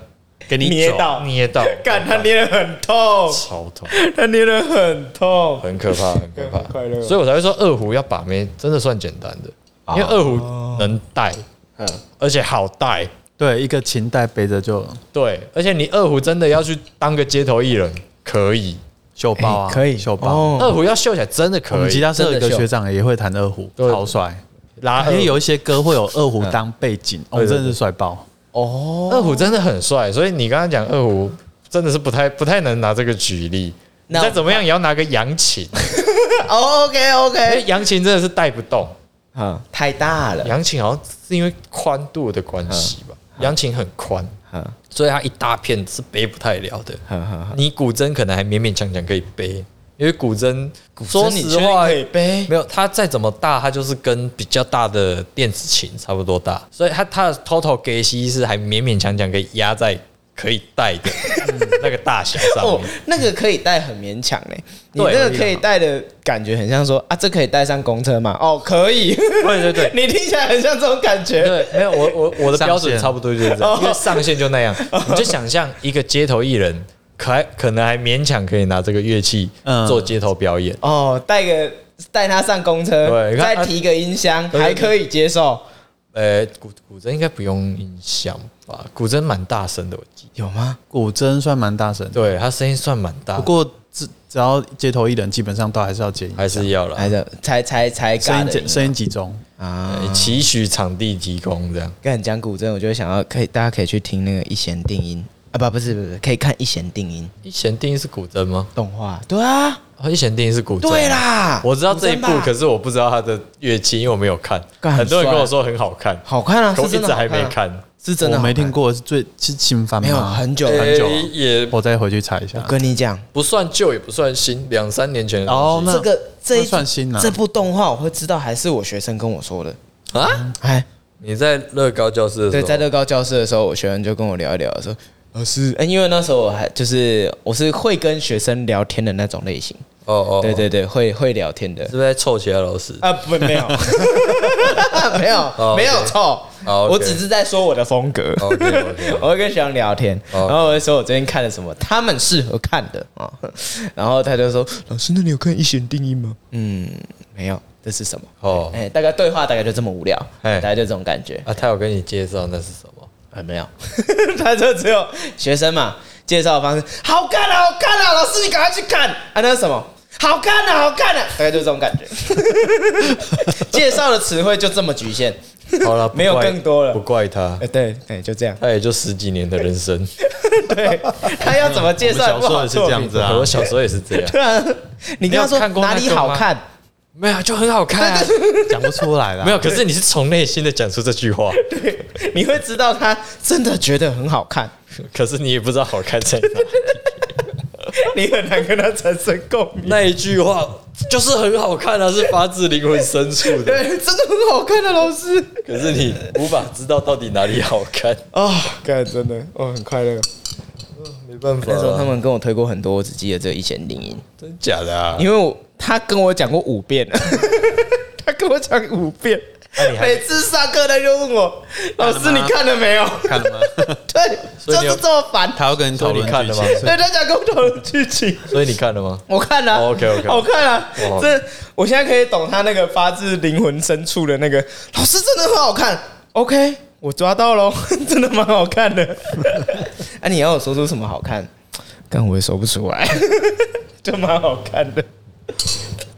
B: 给你
A: 捏
B: 走
A: 到
B: 捏到，
A: 干，他捏得很痛，
B: 超痛，
A: 他捏得很痛。
B: 很可 怕，很可怕，
A: 快乐
B: 所以我才会说二胡要把妹真的算简单的，因为二胡能带，
A: 嗯，
B: 而且好带，
C: 对，一个琴带背着就
B: 对，而且你二胡真的要去当个街头艺人可以，
C: 秀爆啊，
A: 可以
C: 秀爆。
A: 哦
B: 二胡要秀起来真的
C: 我
B: 可
C: 们吉
B: 以，
C: 他社有一
A: 真
C: 个
A: 的秀
C: 学长也会弹二胡，
B: 对
C: 超帅。啊
B: 拉
C: 因
B: 二
C: 为
B: 胡
C: 有一些歌会有二胡当背景，哦，
B: 对对
C: 真的是帅爆。
A: 哦，
B: 二胡真的很帅，所以你刚刚讲二胡真的是不太不太能拿这个举例，你
A: 那
B: 再怎么样也要拿个扬琴，
A: 哦，OK
B: 因
A: OK，
B: 为 扬琴真的是带不动，
A: 啊，太大了，
B: 扬琴好像是因为宽度的关系吧，扬琴很宽，
A: 啊，
B: 所以它一大片是背不太了的。
A: 哈哈，
B: 你古筝可能还勉勉强强可以背，因为古筝说
A: 你
B: 实话
A: 可以背
B: 没有，它再怎么大，它就是跟比较大的电子琴差不多大，所以它它的 total 给息是还勉勉强强可以压在可以带的那个大小上
A: 哦
B: 面。，
A: 那个可以带很勉强哎，你
B: 对
A: 那个可以带的感觉很像说啊，这可以带上公车吗？ 哦，可以，
B: 对对对。
A: 你听起来很像这种感觉，
B: 对，没有我我我的标
C: 上
B: 准
C: 限
B: 差不多就是这
A: 哦
B: 样，因为上限就那样。你就想象一个街头艺人，可还可能还勉强可以拿这个乐器
C: 嗯
B: 做街头表演，
A: 哦，带个带他上公车，
B: 对看啊
A: 再提个音箱
B: 对
A: 还可以接受，
B: 呃，古古筝应该不用音响吧？古筝蛮大声的，我记得。
A: 有吗？
C: 古筝算蛮大声的，
B: 对，他声音算蛮大，
C: 不过只只要街头艺人，基本上都还是要接音
B: 还是要
A: 啊还
B: 啦。
A: 是才才才
C: 声
A: 尬
C: 音
A: 的
C: 集
A: 音
C: 声音集中，
A: 啊
B: 呃期许场地提供这样。
A: 跟你讲古筝，我就会想要可以，大家可以去听那个一弦定音啊，不，不是，不是，可以看一弦定音
B: 一弦定义是古筝吗？
A: 动画。对啊，
B: 哦一弦定义是古筝。
A: 对，啦，
B: 我知道这一部
A: 古筝，吧
B: 可是我不知道它的乐器，因为我没有看。
A: 干
B: 很多人
A: 很帅
B: 跟我说很好看，
A: 好看啊，
B: 可我
A: 是
B: 一
A: 真的
B: 直
A: 好
B: 还没
A: 啊，
B: 看，
A: 是真的
C: 我
A: 好看
C: 没听，过，是最是新番吗
A: 没有很久
B: 诶
A: 很久。
C: 很久啊
B: 也
C: 我再回去查一下
A: 我。跟你讲，
B: 不算旧，也不算新，两三年前的
C: 哦
B: 东，西
C: 那
A: 这个这一
C: 那算新啊
A: 这部动画我会知道，还是我学生跟我说的。
B: 啊！
A: 哎，
B: 你在乐高教室的时
A: 对，
B: 候，
A: 在乐高教室的时候，我学生就跟我聊一聊，说老师，哎因为那时候我还就是我是会跟学生聊天的那种类型，
B: 哦哦，哦
A: 对，对对，会会聊天的
B: 是。不是在凑其他老 师？
A: 啊，不，没有， 没有，
B: 哦
A: 没有
B: OK
A: 错，
B: 哦，OK
A: 我只是在说我的风格。
B: 哦 OK，OK
A: 我会跟学长聊天，
B: 哦
A: 然后我会说我最近看了什么，他们适合看的啊。 然后他就说：“老师，那你有看《一弦定音》吗？”嗯，没有，这是什么？
B: 哦，
A: 哎，大概对话大概就这么无聊，
B: 哎
A: 大概就这种感觉。
B: 啊，他有跟你介绍那是什么？
A: 啊，没有， 他就只有学生嘛，介绍的方式，好看啊，好看啊，老师你赶快去看啊，那是什么？好看啊，好看啊，大概就这种感觉。 介绍的词汇就这么局限。
B: 好了，
A: 没有
B: 不怪
A: 更多了
B: 不怪他
A: 哎，，对对，就这样。
B: 他也就十几年的人生。
A: 对，他要怎么介绍也不
C: 我
A: 好
C: 们小
A: 做
C: 时候也是这样子啊
B: 我小时候也是这 样，
A: 对啊，你跟他说
B: 你有看过
A: 哪
B: 那个
A: 里好
B: 吗
A: 看？
B: 没有就很好看啊。
C: 讲不出来 了，
B: 没有，可是你是从内心的讲出这句 话，
A: 对，你会知道他真的觉得很好看，
B: 可是你也不知道好看在哪。
A: 你很难跟他产生共鸣。
B: 那一句话就是很好看啊，是发自灵魂深处的。
A: 对，真的很好看啊，老师。
B: 可是你无法知道到底哪里好看，
A: 哦，看真的，哦，很快乐。
B: 没办法
A: 那时候他
B: 啊，
A: 们跟我推过很多，我只记得这个一弦定音，
B: 真假的啊？
A: 因为我他跟我讲过五遍 了，他跟我讲五遍
B: 那你，还
A: 每次上课他就问我老师你看了没有？
C: 看啊了吗？
A: 对，
B: 所
A: 就
B: 以你有
A: 是这么烦。
C: 他要跟你讨论
B: 所以你看了吗
C: 剧情
A: 对，他想跟我讨论剧情。
B: 所以你看了吗？
A: 我看了、
B: 哦，OK，OK
A: 我看了、
B: 哇
A: 这我现在可以懂他那个发自灵魂深处的那个老师真的很好看，OK，我抓到喽， 真的蛮好看的。 啊，你要我说出什么好看，但我也说不出来， 就蛮好看的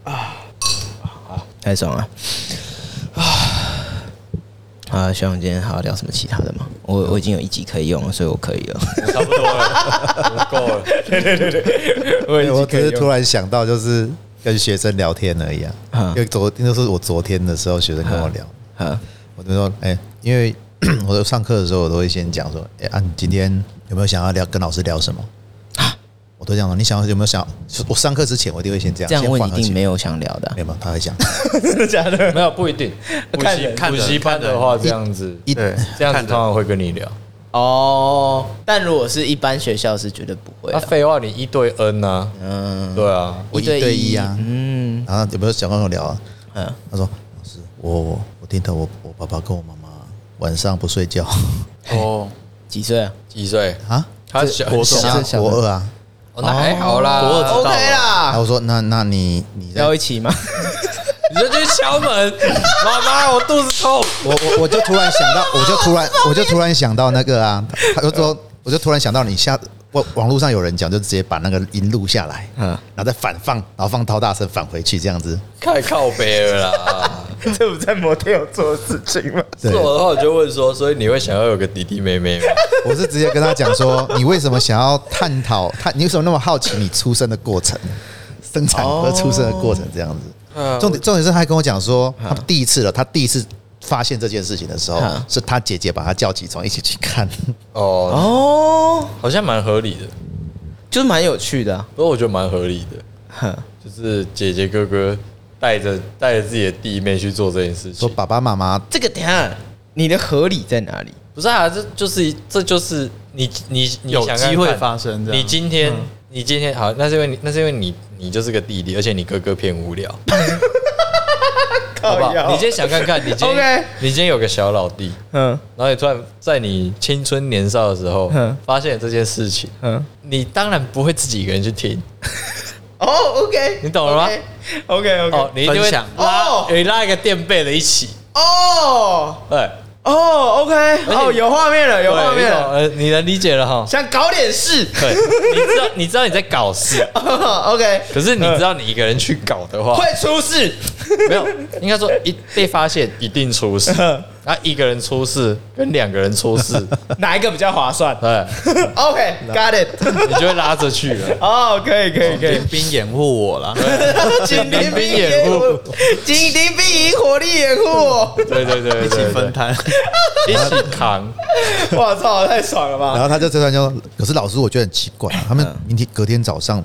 A: 啊，太爽了啊！啊，希望今天还要聊什么其他的吗？我我已经有一集可以用了，所以我可以了。
B: 差不多了，不够了。
A: 我已
D: 对
A: 经
D: 我只
A: 可以
D: 是突
A: 用。
D: 然想到，就是跟学生聊天而已啊
A: 嗯。
D: 因为昨那是我昨天的时候，学生跟我聊，
A: 啊，
D: 我就说，哎、因为 我上课的时候，我都会先讲说，哎、啊，你今天有没有想要聊跟老师聊什么？我都这样说，你想要有没有想？我上课之前，我一定会先这样，
A: 这样
D: 先
A: 问
D: 缓
A: 一
D: 和
A: 定
D: 情
A: 没有想聊的啊、
D: 没有，没有他会讲，
A: 真的假的？
B: 没有不一定， 补
A: 看
B: 习
A: 人
C: 看
B: 补
C: 人
B: 习班的话这样子，
D: 一
C: 对，
B: 这样子
C: 看
B: 通
C: 着
B: 常会跟你聊。
A: 哦，但如果是一般学校是绝对不会
B: 那
A: 啊。
B: 废话，你一对 N 啊，
A: 嗯，
B: 对啊，
D: 我一对一啊
A: 嗯
D: 然后有没有想跟我聊啊？
A: 嗯，
D: 他说，老师，我我听到我我爸爸跟我妈妈晚上不睡觉
C: 哦，
A: 几岁啊？
B: 几岁？
D: 啊，
B: 他小
C: 国中
B: 小，
D: 啊
A: 这小的
D: 国二啊。
B: 哦那还好哦啦，
C: 国二知道了
D: 然
A: 啊啦，
D: 后我说，那那你你在
A: 要一起吗？
B: 你就去敲门，妈妈，我肚子痛。
D: 我我我就突然想 到，我就突然我就突然想到那个啊，他就说，我就突然想到你下网网络上有人讲，就直接把那个音录下来，
A: 嗯
D: 然后再反放，然后放超大声返回去这样子。
B: 太靠北了 啦！
A: 这不在摩天有做的事情吗？
D: 对
B: 是我的话，我就问说，所以你会想要有个弟弟妹妹吗？
D: 我是直接跟他讲说，你为什么想要探讨探，你为什么那么好奇你出生的过程？生产和出生的过程这样子。
B: 嗯
D: 重点重点是，他还跟我讲说，他们第一次了，他第一次发现这件事情的时候
A: 嗯，
D: 是他姐姐把他叫起床一起去看。
B: 哦，
A: 哦，
B: 好像蛮合理的，
A: 就是蛮有趣的啊、
B: 不过我觉得蛮合理的，
A: 哼，
B: 就是姐姐哥哥带着带着自己的弟妹去做这件事
D: 说
B: 情，
D: 爸爸妈妈
A: 这个等一下你的合理在哪里？
B: 不是啊，这就是这就是你你你
C: 有
B: 想看看
C: 机会发生这样
B: 你今天、你今天好，那是因为你那是因为你你就是个弟弟，而且你哥哥偏无聊，好不
A: 靠腰
B: 好？你今天想看看，你今天
A: OK
B: 你今天有个小老弟，
A: 嗯
B: 然后你突然在你青春年少的时候
A: 嗯
B: 发现了这件事情，
A: 嗯，
B: 你当然不会自己一个人去听，
A: 哦，OK，
B: 你懂了吗
A: ？OK OK，
B: 哦，你一定会
C: 分享
B: 拉
A: 哦
B: 你拉一个垫背的一起，
A: 哦
B: 对，
A: 哦，OK，
B: 且
A: 哦，有画面了，有画
B: 对
A: 面
B: 你懂
A: 了，
B: 呃，你能理解了哈。
A: 想搞点 事哦
B: 对，你知道你知道你在搞事，
A: ，OK，
B: 可是你知道你一个人去搞的话，
A: 会出事，
B: 没有，应该说一被发现一定出事，
D: 嗯
B: 啊，一个人出事跟两个人 出事，
A: 哪一个比较划 算
B: 对，
A: ？OK，got it，
B: 你就会拉着去了。
A: 哦，可以可以可以
C: 林，斌掩护我啦，
A: 紧
B: 紧盯兵掩护，
A: 紧盯兵营火力掩护我，
B: 对对对对，
C: 一起分
B: 摊，
C: 摊。
B: 一起扛。
A: 我操，太爽了
D: 然
A: 吧！
D: 后他就这段就，可是老师我觉得很奇怪，啊他们明天隔天早嗯上啊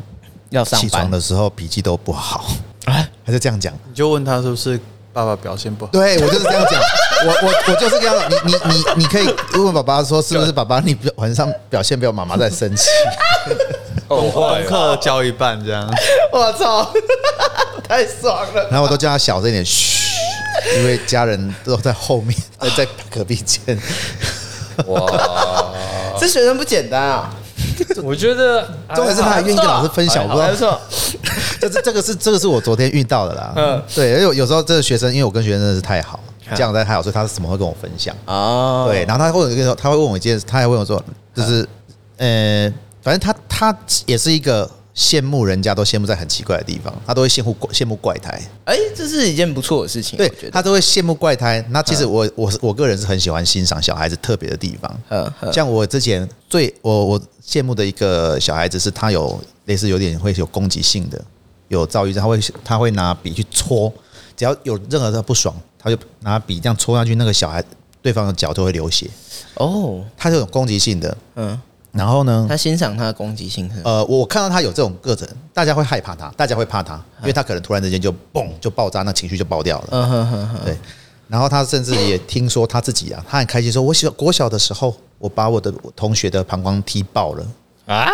A: 要
D: 起床的时候脾气都不好，他就这样讲。
C: 你就问他是不是爸爸表现不好？
D: 对我就是这样讲，我我我就是这样，你你你你可以问问爸爸说是不是爸爸你表晚上表现不好，妈妈在生气。
B: 哦，坏
C: 功课交一半这样，
A: 我操， 太爽了！
D: 然后我都叫他小声一点，嘘，因为家人都在后面，在在隔壁间。
B: 哇！
A: 这学生不简单啊，
B: 我觉得
D: 重点是他还愿意跟老师分享，我不知
A: 还不
D: 道
A: 错，
D: 这这这个是这个是我昨天遇到的啦。
A: 嗯
D: 嗯，对，因为有有时候这个学生，因为我跟学生真的是太好，这样在太好，所以他什么会跟我分享。
A: 哦，
D: 对，然后他会跟我说，他会问我一件，他还问我说，就是呃，反正他他也是一个羡慕人家都羡慕在很奇怪的地方，他都会羡慕怪羡慕怪胎，
A: 哎，这是一件不错的事情，
D: 对
A: 嗯我觉得
D: 他都会羡慕怪胎。那其实我我是我个人是很喜欢欣赏小孩子特别的地方，
A: 嗯嗯
D: 像我之前最我我羡慕的一个小孩子是他有类似有点会有攻击性的，有躁郁症，他会他会拿笔去戳，只要有任何的不爽，他就拿笔这样戳下去，那个小孩对方的脚就会流血，
A: 哦，
D: 他是有攻击性的。
A: 嗯，
D: 然后呢，
A: 他欣赏他的攻击性是吗
D: 呃，我看到他有这种个人，大家会害怕他，大家会怕他，因为他可能突然之间就嘣就爆炸，那情绪就爆掉了。
A: 嗯哼哼哼，
D: 对，然后他甚至也听说他自己啊，他很开心说，我小国小的时候，我把我的同学的膀胱踢爆了。
B: 啊，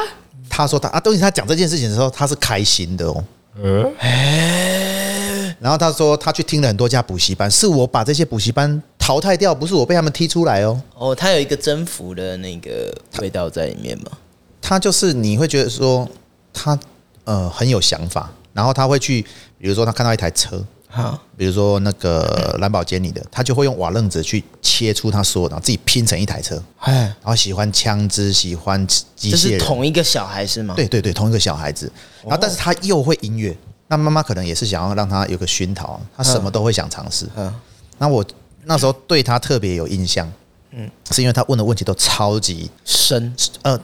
D: 他说他啊，东西他讲这件事情的时候，他是开心的哦。
B: 嗯，
D: 然后他说他去听了很多家补习班，是我把这些补习班淘汰掉，不是我被他们踢出来哦。
A: 哦，他有一个征服的那个味道在里面嘛，
D: 他就是你会觉得说他呃很有想法，然后他会去，比如说他看到一台车，
A: 好，
D: 比如说那
A: 嗯
D: 个蓝宝坚尼的，他就会用瓦楞纸去切出他所有的，然后自己拼成一台车。
A: 哎，
D: 然后喜欢枪支，喜欢机
A: 这
D: 械
A: 是
D: 人，
A: 同一个小孩是吗？哦
D: 对对对，同一个小孩子。然后，但是他又会音乐，那妈妈可能也是想要让他有个熏陶，他什么都会想尝试。
A: 嗯，
D: 那我那时候对他特别有印象，嗯，是因为他问的问题都超级
A: 生
D: 呃，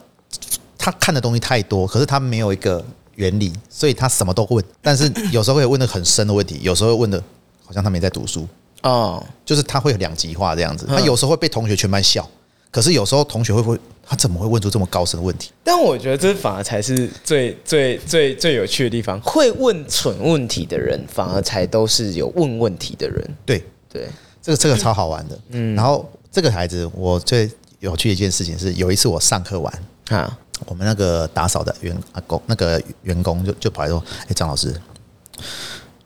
D: 他看的东西太多，可是他没有一个原理，所以他什么都问，但是有时候会问的很深的问题，有时候会问的好像他没在读书，
A: 哦，
D: 就是他会有两极化这样子。他有时候会被同学全班笑，可是有时候同学会不会他怎么会问出这么高深的问题？
A: 但我觉得这反而才是最最最最有趣的地方。会问蠢问题的人，反而才都是有问问题的人。
D: 对，
A: 对，
D: 这个这个超好玩的。嗯，然后这个孩子，我最有趣的一件事情是，有一次我上课完，
A: 啊，
D: 我们那个打扫的员阿公，那个员工就就跑来说：“哎、张老师，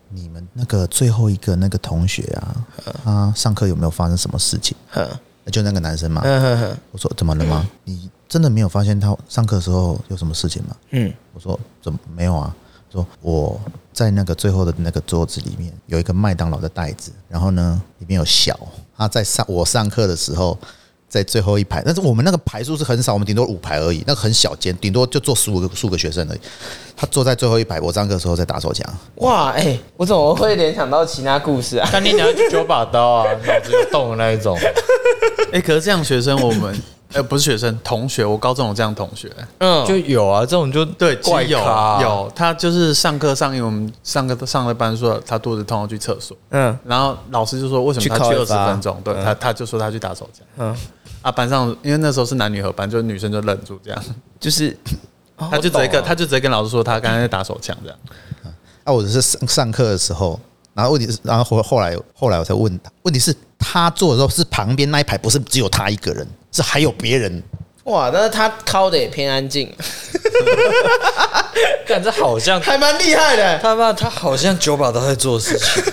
D: 你们那个最后一个那个同学啊，他上课有没有发生什么事情？
A: 哼，
D: 就那个男生嘛。
A: 哼哼哼，
D: 我说：“怎么了吗？你真的没有发现他上课的时候有什么事情吗？”
A: 嗯，
D: 我说：“怎么没有啊？”说我在那个最后的那个桌子里面有一个麦当劳的袋子，然后呢里面有小，他在上我上课的时候。在最后一排，但是我们那个排数是很少，我们顶多五排而已，那个很小间，顶多就坐十五个十五个学生而已。他坐在最后一排，我上课的时候在打手枪，
A: 哇，哎、我怎么会联想到其他故事啊？
B: 看你娘就九把刀啊，脑子有洞的那一种，
C: 哎、可是这样学生我们 呃，不是学生，同学，我高中有这样同学，
A: 嗯，
B: 就有啊，这种就
C: 对，其
B: 怪
C: 实有
B: 咖啊
C: 有，他就是上课上，因为我们上课上了班说他肚子痛要去厕所，
A: 嗯
C: 然后老师就说为什
A: 去
C: 么他
A: 靠
C: 去
A: 一
C: 二十
A: 发
C: 分钟？对他他就说他去打手枪
A: 嗯，
C: 啊，班上因为那时候是男女合班，就是女生就忍住这样，
A: 就是
C: 他就直接跟他就直接跟老师说他刚才在打手枪这样，
D: 啊，我只是上上课的时候，然后问题是，然后后后来后来我才问他，问题是他做的时候是旁边那一排不是只有他一个人，是还有别人。
A: 哇，但是他敲的也偏安静，
B: 感觉好像
A: 还蛮厉害的。
B: 他妈他好像九把刀在做的事情，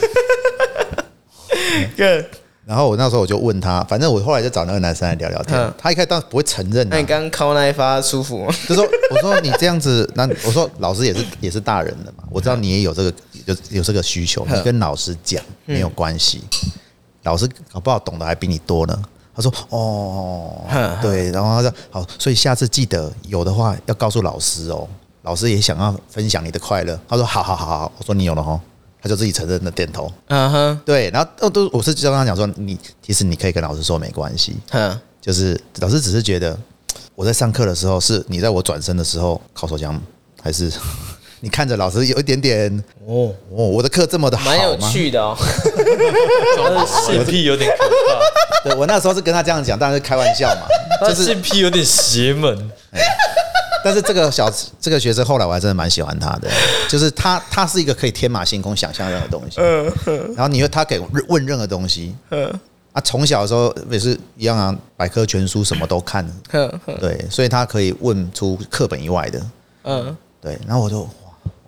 A: 哥，
D: 然后我那时候我就问他，反正我后来就找那个男生来聊聊天
A: 嗯，
D: 他一开始当然不会承认、
A: 那你
D: 啊，
A: 刚刚敲那一发舒服吗？
D: 就说我说你这样子，那我说老师也是 也是大人的嘛，我知道你也有这个有有这个需求，你跟老师讲没有关系，老师搞不好懂得还比你多呢。他说哦
A: 哼，
D: 对，然后他说好，所以下次记得有的话要告诉老师哦，老师也想要分享你的快乐。他说好好好好，我说你有了哈，他就自己承认的点头。
A: 嗯哼，
D: 对，然后哦都我是就跟他讲说，你其实你可以跟老师说没关系，
A: 哼，
D: 就是老师只是觉得我在上课的时候，是你在我转身的时候靠手枪，还是 你看着老师有一点点
A: 哦，
D: 哦，我的课这么的好吗
A: 蛮有？趣的哦。
B: 他的性癖有点可怕，
D: 对我那时候是跟他这样讲，当然是开玩笑 嘛。
B: 他的性癖有点邪门，
D: 但是这个小这个学生后来我还真的蛮喜欢他的，就是他他是一个可以天马行空想象任何东西，然后你又他给问任何东西，啊，从小的时候也是一样啊，百科全书什么都看，
A: 哼哼，
D: 对，所以他可以问出课本以外的，
A: 嗯，
D: 对，然后我就哇，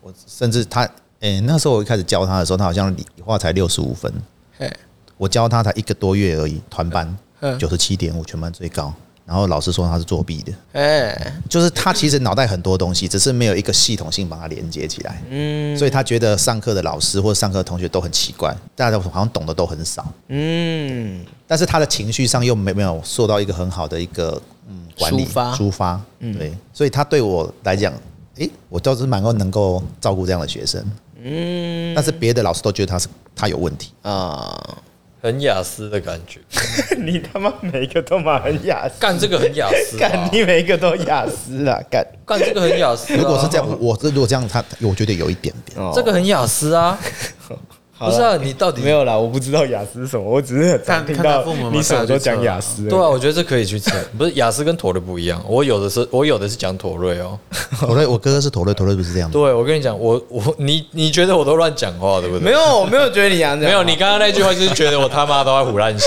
D: 我甚至他，诶、那时候我一开始教他的时候，他好像理化才六十五分，
A: 嘿，
D: 我教他才一个多月而已，团班
A: 嗯
D: 九十七点五，全班最高。然后老师说他是作弊的，
A: 哎，
D: 就是他其实脑袋很多东西，只是没有一个系统性把它连接起来，
A: 嗯
D: 所以他觉得上课的老师或上课的同学都很奇怪，大家好像懂得都很少，
A: 嗯，
D: 但是他的情绪上又没没有受到一个很好的一个嗯管理
A: 抒发
D: 抒发，嗯对，所以他对我来讲，诶、我倒是蛮够能够照顾这样的学生，嗯，但是别的老师都觉得他是他有问题，
A: 啊，
B: 很雅思的感觉。
A: 你他妈每个都蛮很雅思，
B: 干这个很雅思吧，
A: 干你每个都雅思 啊，干，
B: 干这个很雅思啊。
D: 如果是这样，我这如果这样，他我觉得有一点 点，
A: 哦
B: 这个很雅思啊，
A: 好
B: 不
A: 啦
B: 是啊？你到底
A: 没？有啦，我不知道雅思是什么，我只是很常
C: 看
A: 听
C: 看他
A: 到
C: 父母有没
A: 你
C: 有
A: 什么
C: 带他去
A: 都讲
C: 测啊
A: 雅思而已。
B: 对啊，我觉得这可以去测，不是雅思跟妥瑞不一样。我有的是，我有的是讲妥瑞哦。
D: 头瑞，我哥哥是头瑞，头瑞不是这样的，
B: 对，我跟你讲，我我你你觉得我都乱讲话对不对？
A: 没有，我啊没有觉得你讲这样
B: 没有，你刚刚那句话就是觉得我他妈都在胡乱想。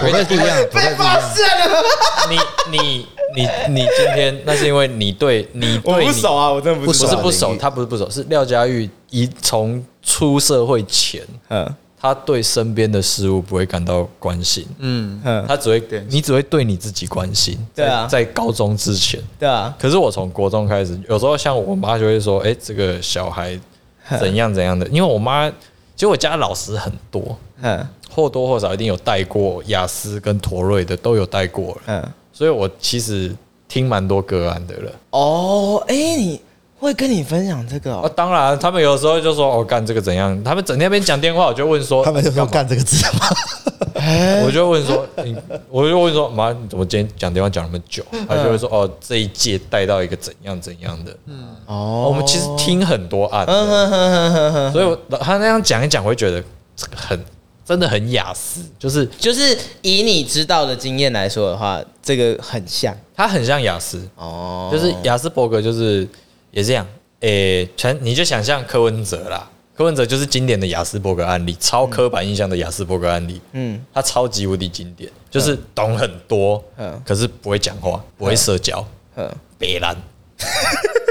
D: 头瑞不一样，头瑞 不一样。
A: 现了，
B: 你你你你今天那是因为你对你
A: 我
B: 对
A: 不
B: 你
A: 熟啊，我真的不
B: 不
A: 熟
B: 是
A: 啊。
B: 不熟，他不是不熟，是廖佳玉一从出社会前，
A: 嗯
B: 他对身边的事物不会感到关心，
C: 嗯，
A: 嗯，
B: 他只会你只会对你自己关心。
A: 对啊
B: 在在高中之前，
A: 对啊，
B: 可是我从国中开始，有时候像我妈就会说：“哎、这个 小孩怎样怎样的。”因为我妈其实我家老师很多，
A: 嗯
B: 或多或少一定有带过雅思跟陀瑞的，都有带过了，
A: 嗯，
B: 所以我其实听蛮多个案的了。
A: 哦，哎，你会跟你分享这个
B: 啊
A: 哦，？
B: 当然，他们有时候就说：“哦，干这个怎样？”他们整天边讲电话，我就问说：“
D: 他们就
B: 干
D: 说
B: 嘛
D: 干这个字吗？
B: 我就问说，你，我就问说，妈，你怎么今天讲电话讲那么久？他就会
D: 啊
B: 说，哦，这一届带到一个怎样怎样的。
D: 嗯
A: 哦哦
B: 我们其实，听很多案，
A: 嗯
D: 哦
A: 哼哼哼哼哼，
B: 所以我他那样讲一讲，我会觉得这个很真的很雅思，就是
A: 就是以你知道的经验来说的话，这个很像
B: 他很像雅思，
A: 哦，
B: 就是雅斯伯格就是也这样，诶、全你就想象柯文哲啦，柯文哲就是经典的雅斯伯格案例，超刻板印象的雅斯伯格案例，
A: 嗯
B: 他超级无敌经典，就是懂很多
A: 嗯，
B: 可是不会讲话，不会社交。
A: 嗯
B: 北 兰，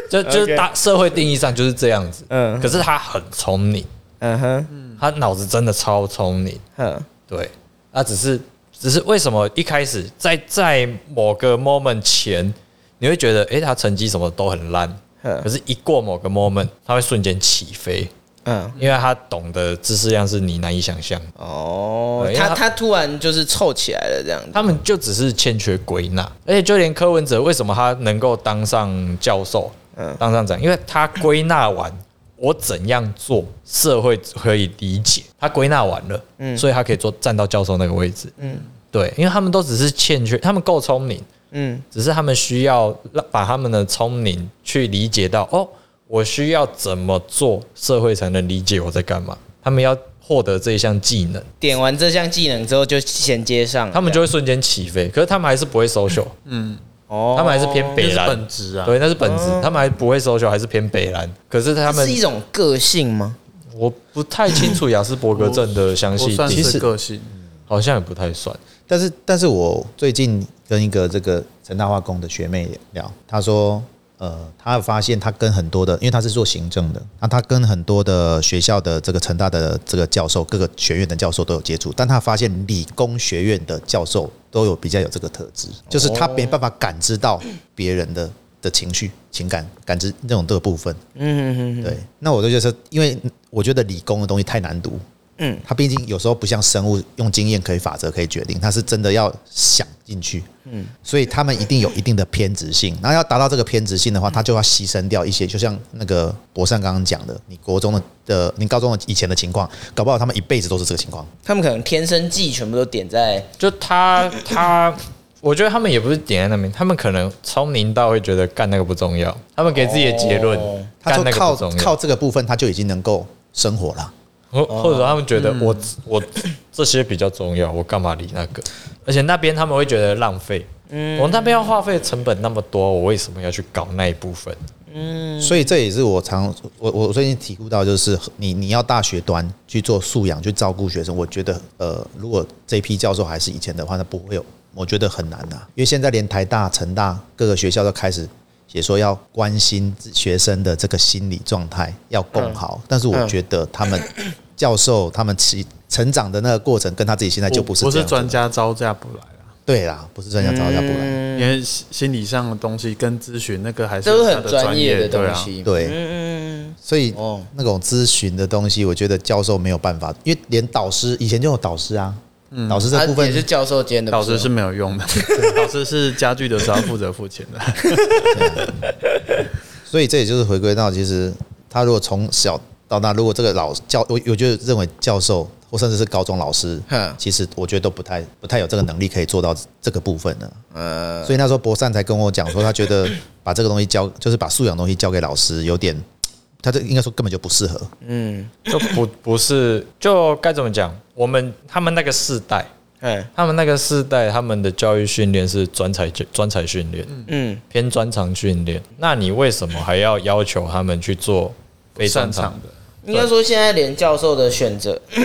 B: 就就是
A: OK
B: 大社会定义上就是这样子。
A: 嗯
B: 嗯，可是他很聪明，
A: 嗯哼
B: 他脑子真的超聪明。
A: 哼，
B: 对，啊，只是只是为什么一开始在在某个 moment 前，你会觉得诶，他成绩什么都很烂，
A: 嗯
B: 可是一过某个 moment，他会瞬间起飞，
A: 嗯
B: 因为他懂得知识量是你难以想象的。
A: 哦，
B: 对因为
A: 他他
B: 他
A: 突然就是凑起来了这样子，
B: 他们就只是欠缺归纳，而且就连柯文哲为什么他能够当上教授，
A: 嗯
B: 当上长，因为他归纳完我怎样做，社会可以理解，他归纳完了，所以他可以做站到教授那个位置，
A: 嗯
B: 对，因为他们都只是欠缺，他们够聪明，
E: 嗯，
B: 只是他们需要让把他们的聪明去理解到，哦，我需要怎么做，社会才能理解我在干嘛。他们要获得这一项技能，
A: 点完这项技能之后就衔接上了，
B: 他们就会瞬间起飞。可是他们还是不会 social，
A: 哦
B: 他们还是偏
C: 这
B: 北
C: 是
B: 蓝，
C: 本质啊。
B: 对，那是本质。他们还不会 social，还是偏北蓝。可是他
A: 这
B: 们
A: 是一种个性吗？
B: 我不太清楚雅斯伯格症的详
C: 哦我
B: 细
C: 算
B: 定义，
C: 是个性，
B: 好像也不太算。
D: 但是，但是我最近跟一个这个成大化工的学妹聊，她说，呃，她发现她跟很多的，因为她是做行政的，那她跟很多的学校的这个成大的这个教授，各个学院的教授都有接触，但她发现理工学院的教授都有比较有这个特质，
A: 哦
D: 就是他没办法感知到别人的的情绪、情感、感知这种这个部分。
A: 嗯哼哼哼，
D: 对，那我就觉得，因为我觉得理工的东西太难读，
A: 嗯
D: 嗯，它毕竟有时候不像生物用经验可以法则可以决定，它是真的要想进去，嗯，所以他们一定有一定的偏执性，然后要达到这个偏执性的话，他就要牺牲掉一些，就像那个博善刚刚讲的，你国中的的，你高中的以前的情况，搞不好他们一辈子都是这个情况，
A: 他们可能天生技全部都点在
B: 就他他，我觉得他们也不是点在那边，他们可能聪明到会觉得干那个不重要，他们给自己的结论
A: 哦，
D: 他
B: 干
D: 就
B: 那个
D: 靠
B: 不重
D: 靠
B: 要，
D: 这个部分，他就已经能够生活了。
B: 或或者他们觉得我我这些比较重要，我干嘛理那个？而且那边他们会觉得浪费，我那边要花费成本那么多，我为什么要去搞那一部分？
D: 所以这也是我常我我最近体悟到，就是你你要大学端去做素养，去照顾学生。我觉得呃，如果这批教授还是以前的话，那不会有，我觉得很难呐、因为现在连台大、成大各个学校都开始也说要关心学生的这个心理状态，要共好。
C: 嗯
D: 但是我觉得他们教授他们其成长的那个过程，跟他自己现在就不是
C: 我是
D: 这样子
C: 专家招架不来啊，
D: 对啦，不是专家招架不来。
C: 因为心心理上的东西跟咨询那个还是
A: 都是
C: 他
A: 很
C: 的
A: 专业的
C: 对
A: 东
C: 啊
A: 西，
D: 对
A: 嗯，
D: 所以
A: 哦
D: 那种咨询的东西，我觉得教授没有办法，因为连导师以前就有导师啊，导师
A: 他
D: 这部
A: 嗯
D: 分
A: 啊也是教授间的，
C: 老师是没有用的，老师是家具的时候负责付钱的。
D: 所以这也就是回归到，其实他如果从小到大，如果这个老教，我我就认为教授或甚至是高中老师
A: 哼，
D: 其实我觉得都不太不太有这个能力可以做到这个部分的。
A: 呃，
D: 所以那时候博善才跟我讲说，他觉得把这个东西交，就是把素养东西交给老师，有点，他这应该说根本就不适合。
A: 嗯，
B: 就不不是就该怎么讲？我们他们那个世代，
A: 嗯
B: 他们那个世代，他们的教育训练是专才专才训练，
A: 嗯，
B: 偏专长训练。那你为什么还要要求他们去做非专
C: 擅
B: 长
C: 长？的，
A: 应该说现在连教授的选择，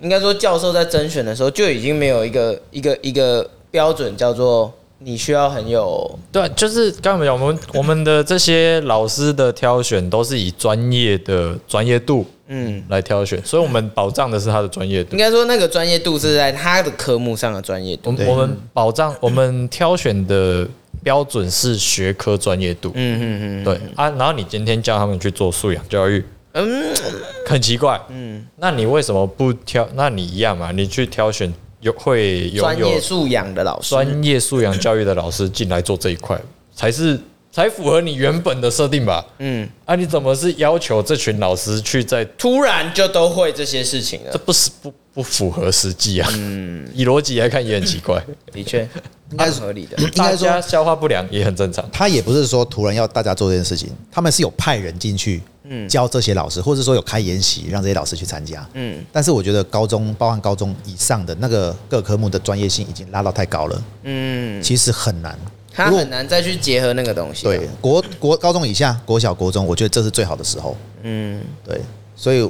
A: 应该说教授在甄选的时候就已经没有一个一个一个标准叫做你需要很有
B: 对，啊就是刚才我们讲，我们我们的这些老师的挑选都是以专业的专业度
A: 嗯。
B: 来挑选，所以我们保障的是他的专业度
A: 应。该说，那个专业度是在他的科目上的专业
B: 我
A: 度。
B: 们我们保障我们挑选的标准是学科专业度。
A: 嗯嗯嗯，
B: 对啊，然后你今天叫他们去做素养教育，
A: 嗯，
B: 很奇怪。嗯，那你为什么不挑？那你一样嘛，你去挑选有会拥
A: 专业
B: 有
A: 素养的老师，
B: 专业素养教育的老师进来做这一块，才是才符合你原本的设定吧？
A: 嗯，
B: 啊，你怎么是要求这群老师去在？
A: 突然就都会这些事情
B: 这
A: 了。
B: 不是不不符合实际啊！
A: 嗯
B: 以逻辑来看也很奇怪，
A: 的 确，
D: 应该
A: 蛮
D: 是
A: 合理的。
B: 大家消化不良也很正常。
D: 他也不是说突然要大家做这件事情，他们是有派人进去，教这些老师，或者说有开研习让这些老师去参加，
A: 嗯
D: 但是我觉得高中，包含高中以上的那个各科目的专业性已经拉到太高了，
A: 嗯，啊
D: 其实很难。
A: 他很难再去结合那个东西。
D: 对，国国高中以下，国小国中，我觉得这是最好的时候。
A: 嗯，
D: 对，所以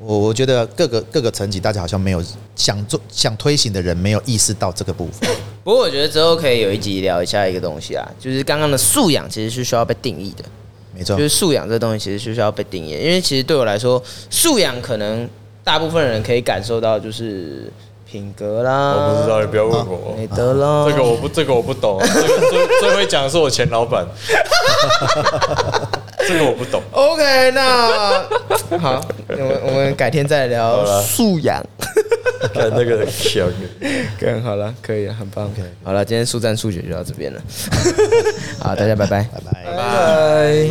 D: 我我觉得各个各个层级，大家好像没有想做想推行的人没有意识到这个部分。
A: 不过我觉得之后可以有一集聊一下一个东西啊，就是刚刚的素养其实是需要被定义的，
D: 没错
A: 就，是素养这东西其实是需要被定义的，因为其实对我来说，素养可能大部分人可以感受到就是品格啦，
B: 我不知道，你不要问我。
A: 美德啦，
B: 这个我不，这个我不懂。这个最最会讲的是我前老板， 这个我不懂。
A: OK，那 好，我们我们改天再聊
B: 了
A: 素养。
B: 看那个强的，
A: 更好了，可以了，很棒。好 了，今天速战速决就到这边了。好，大家拜拜。
D: 拜拜。
B: 拜。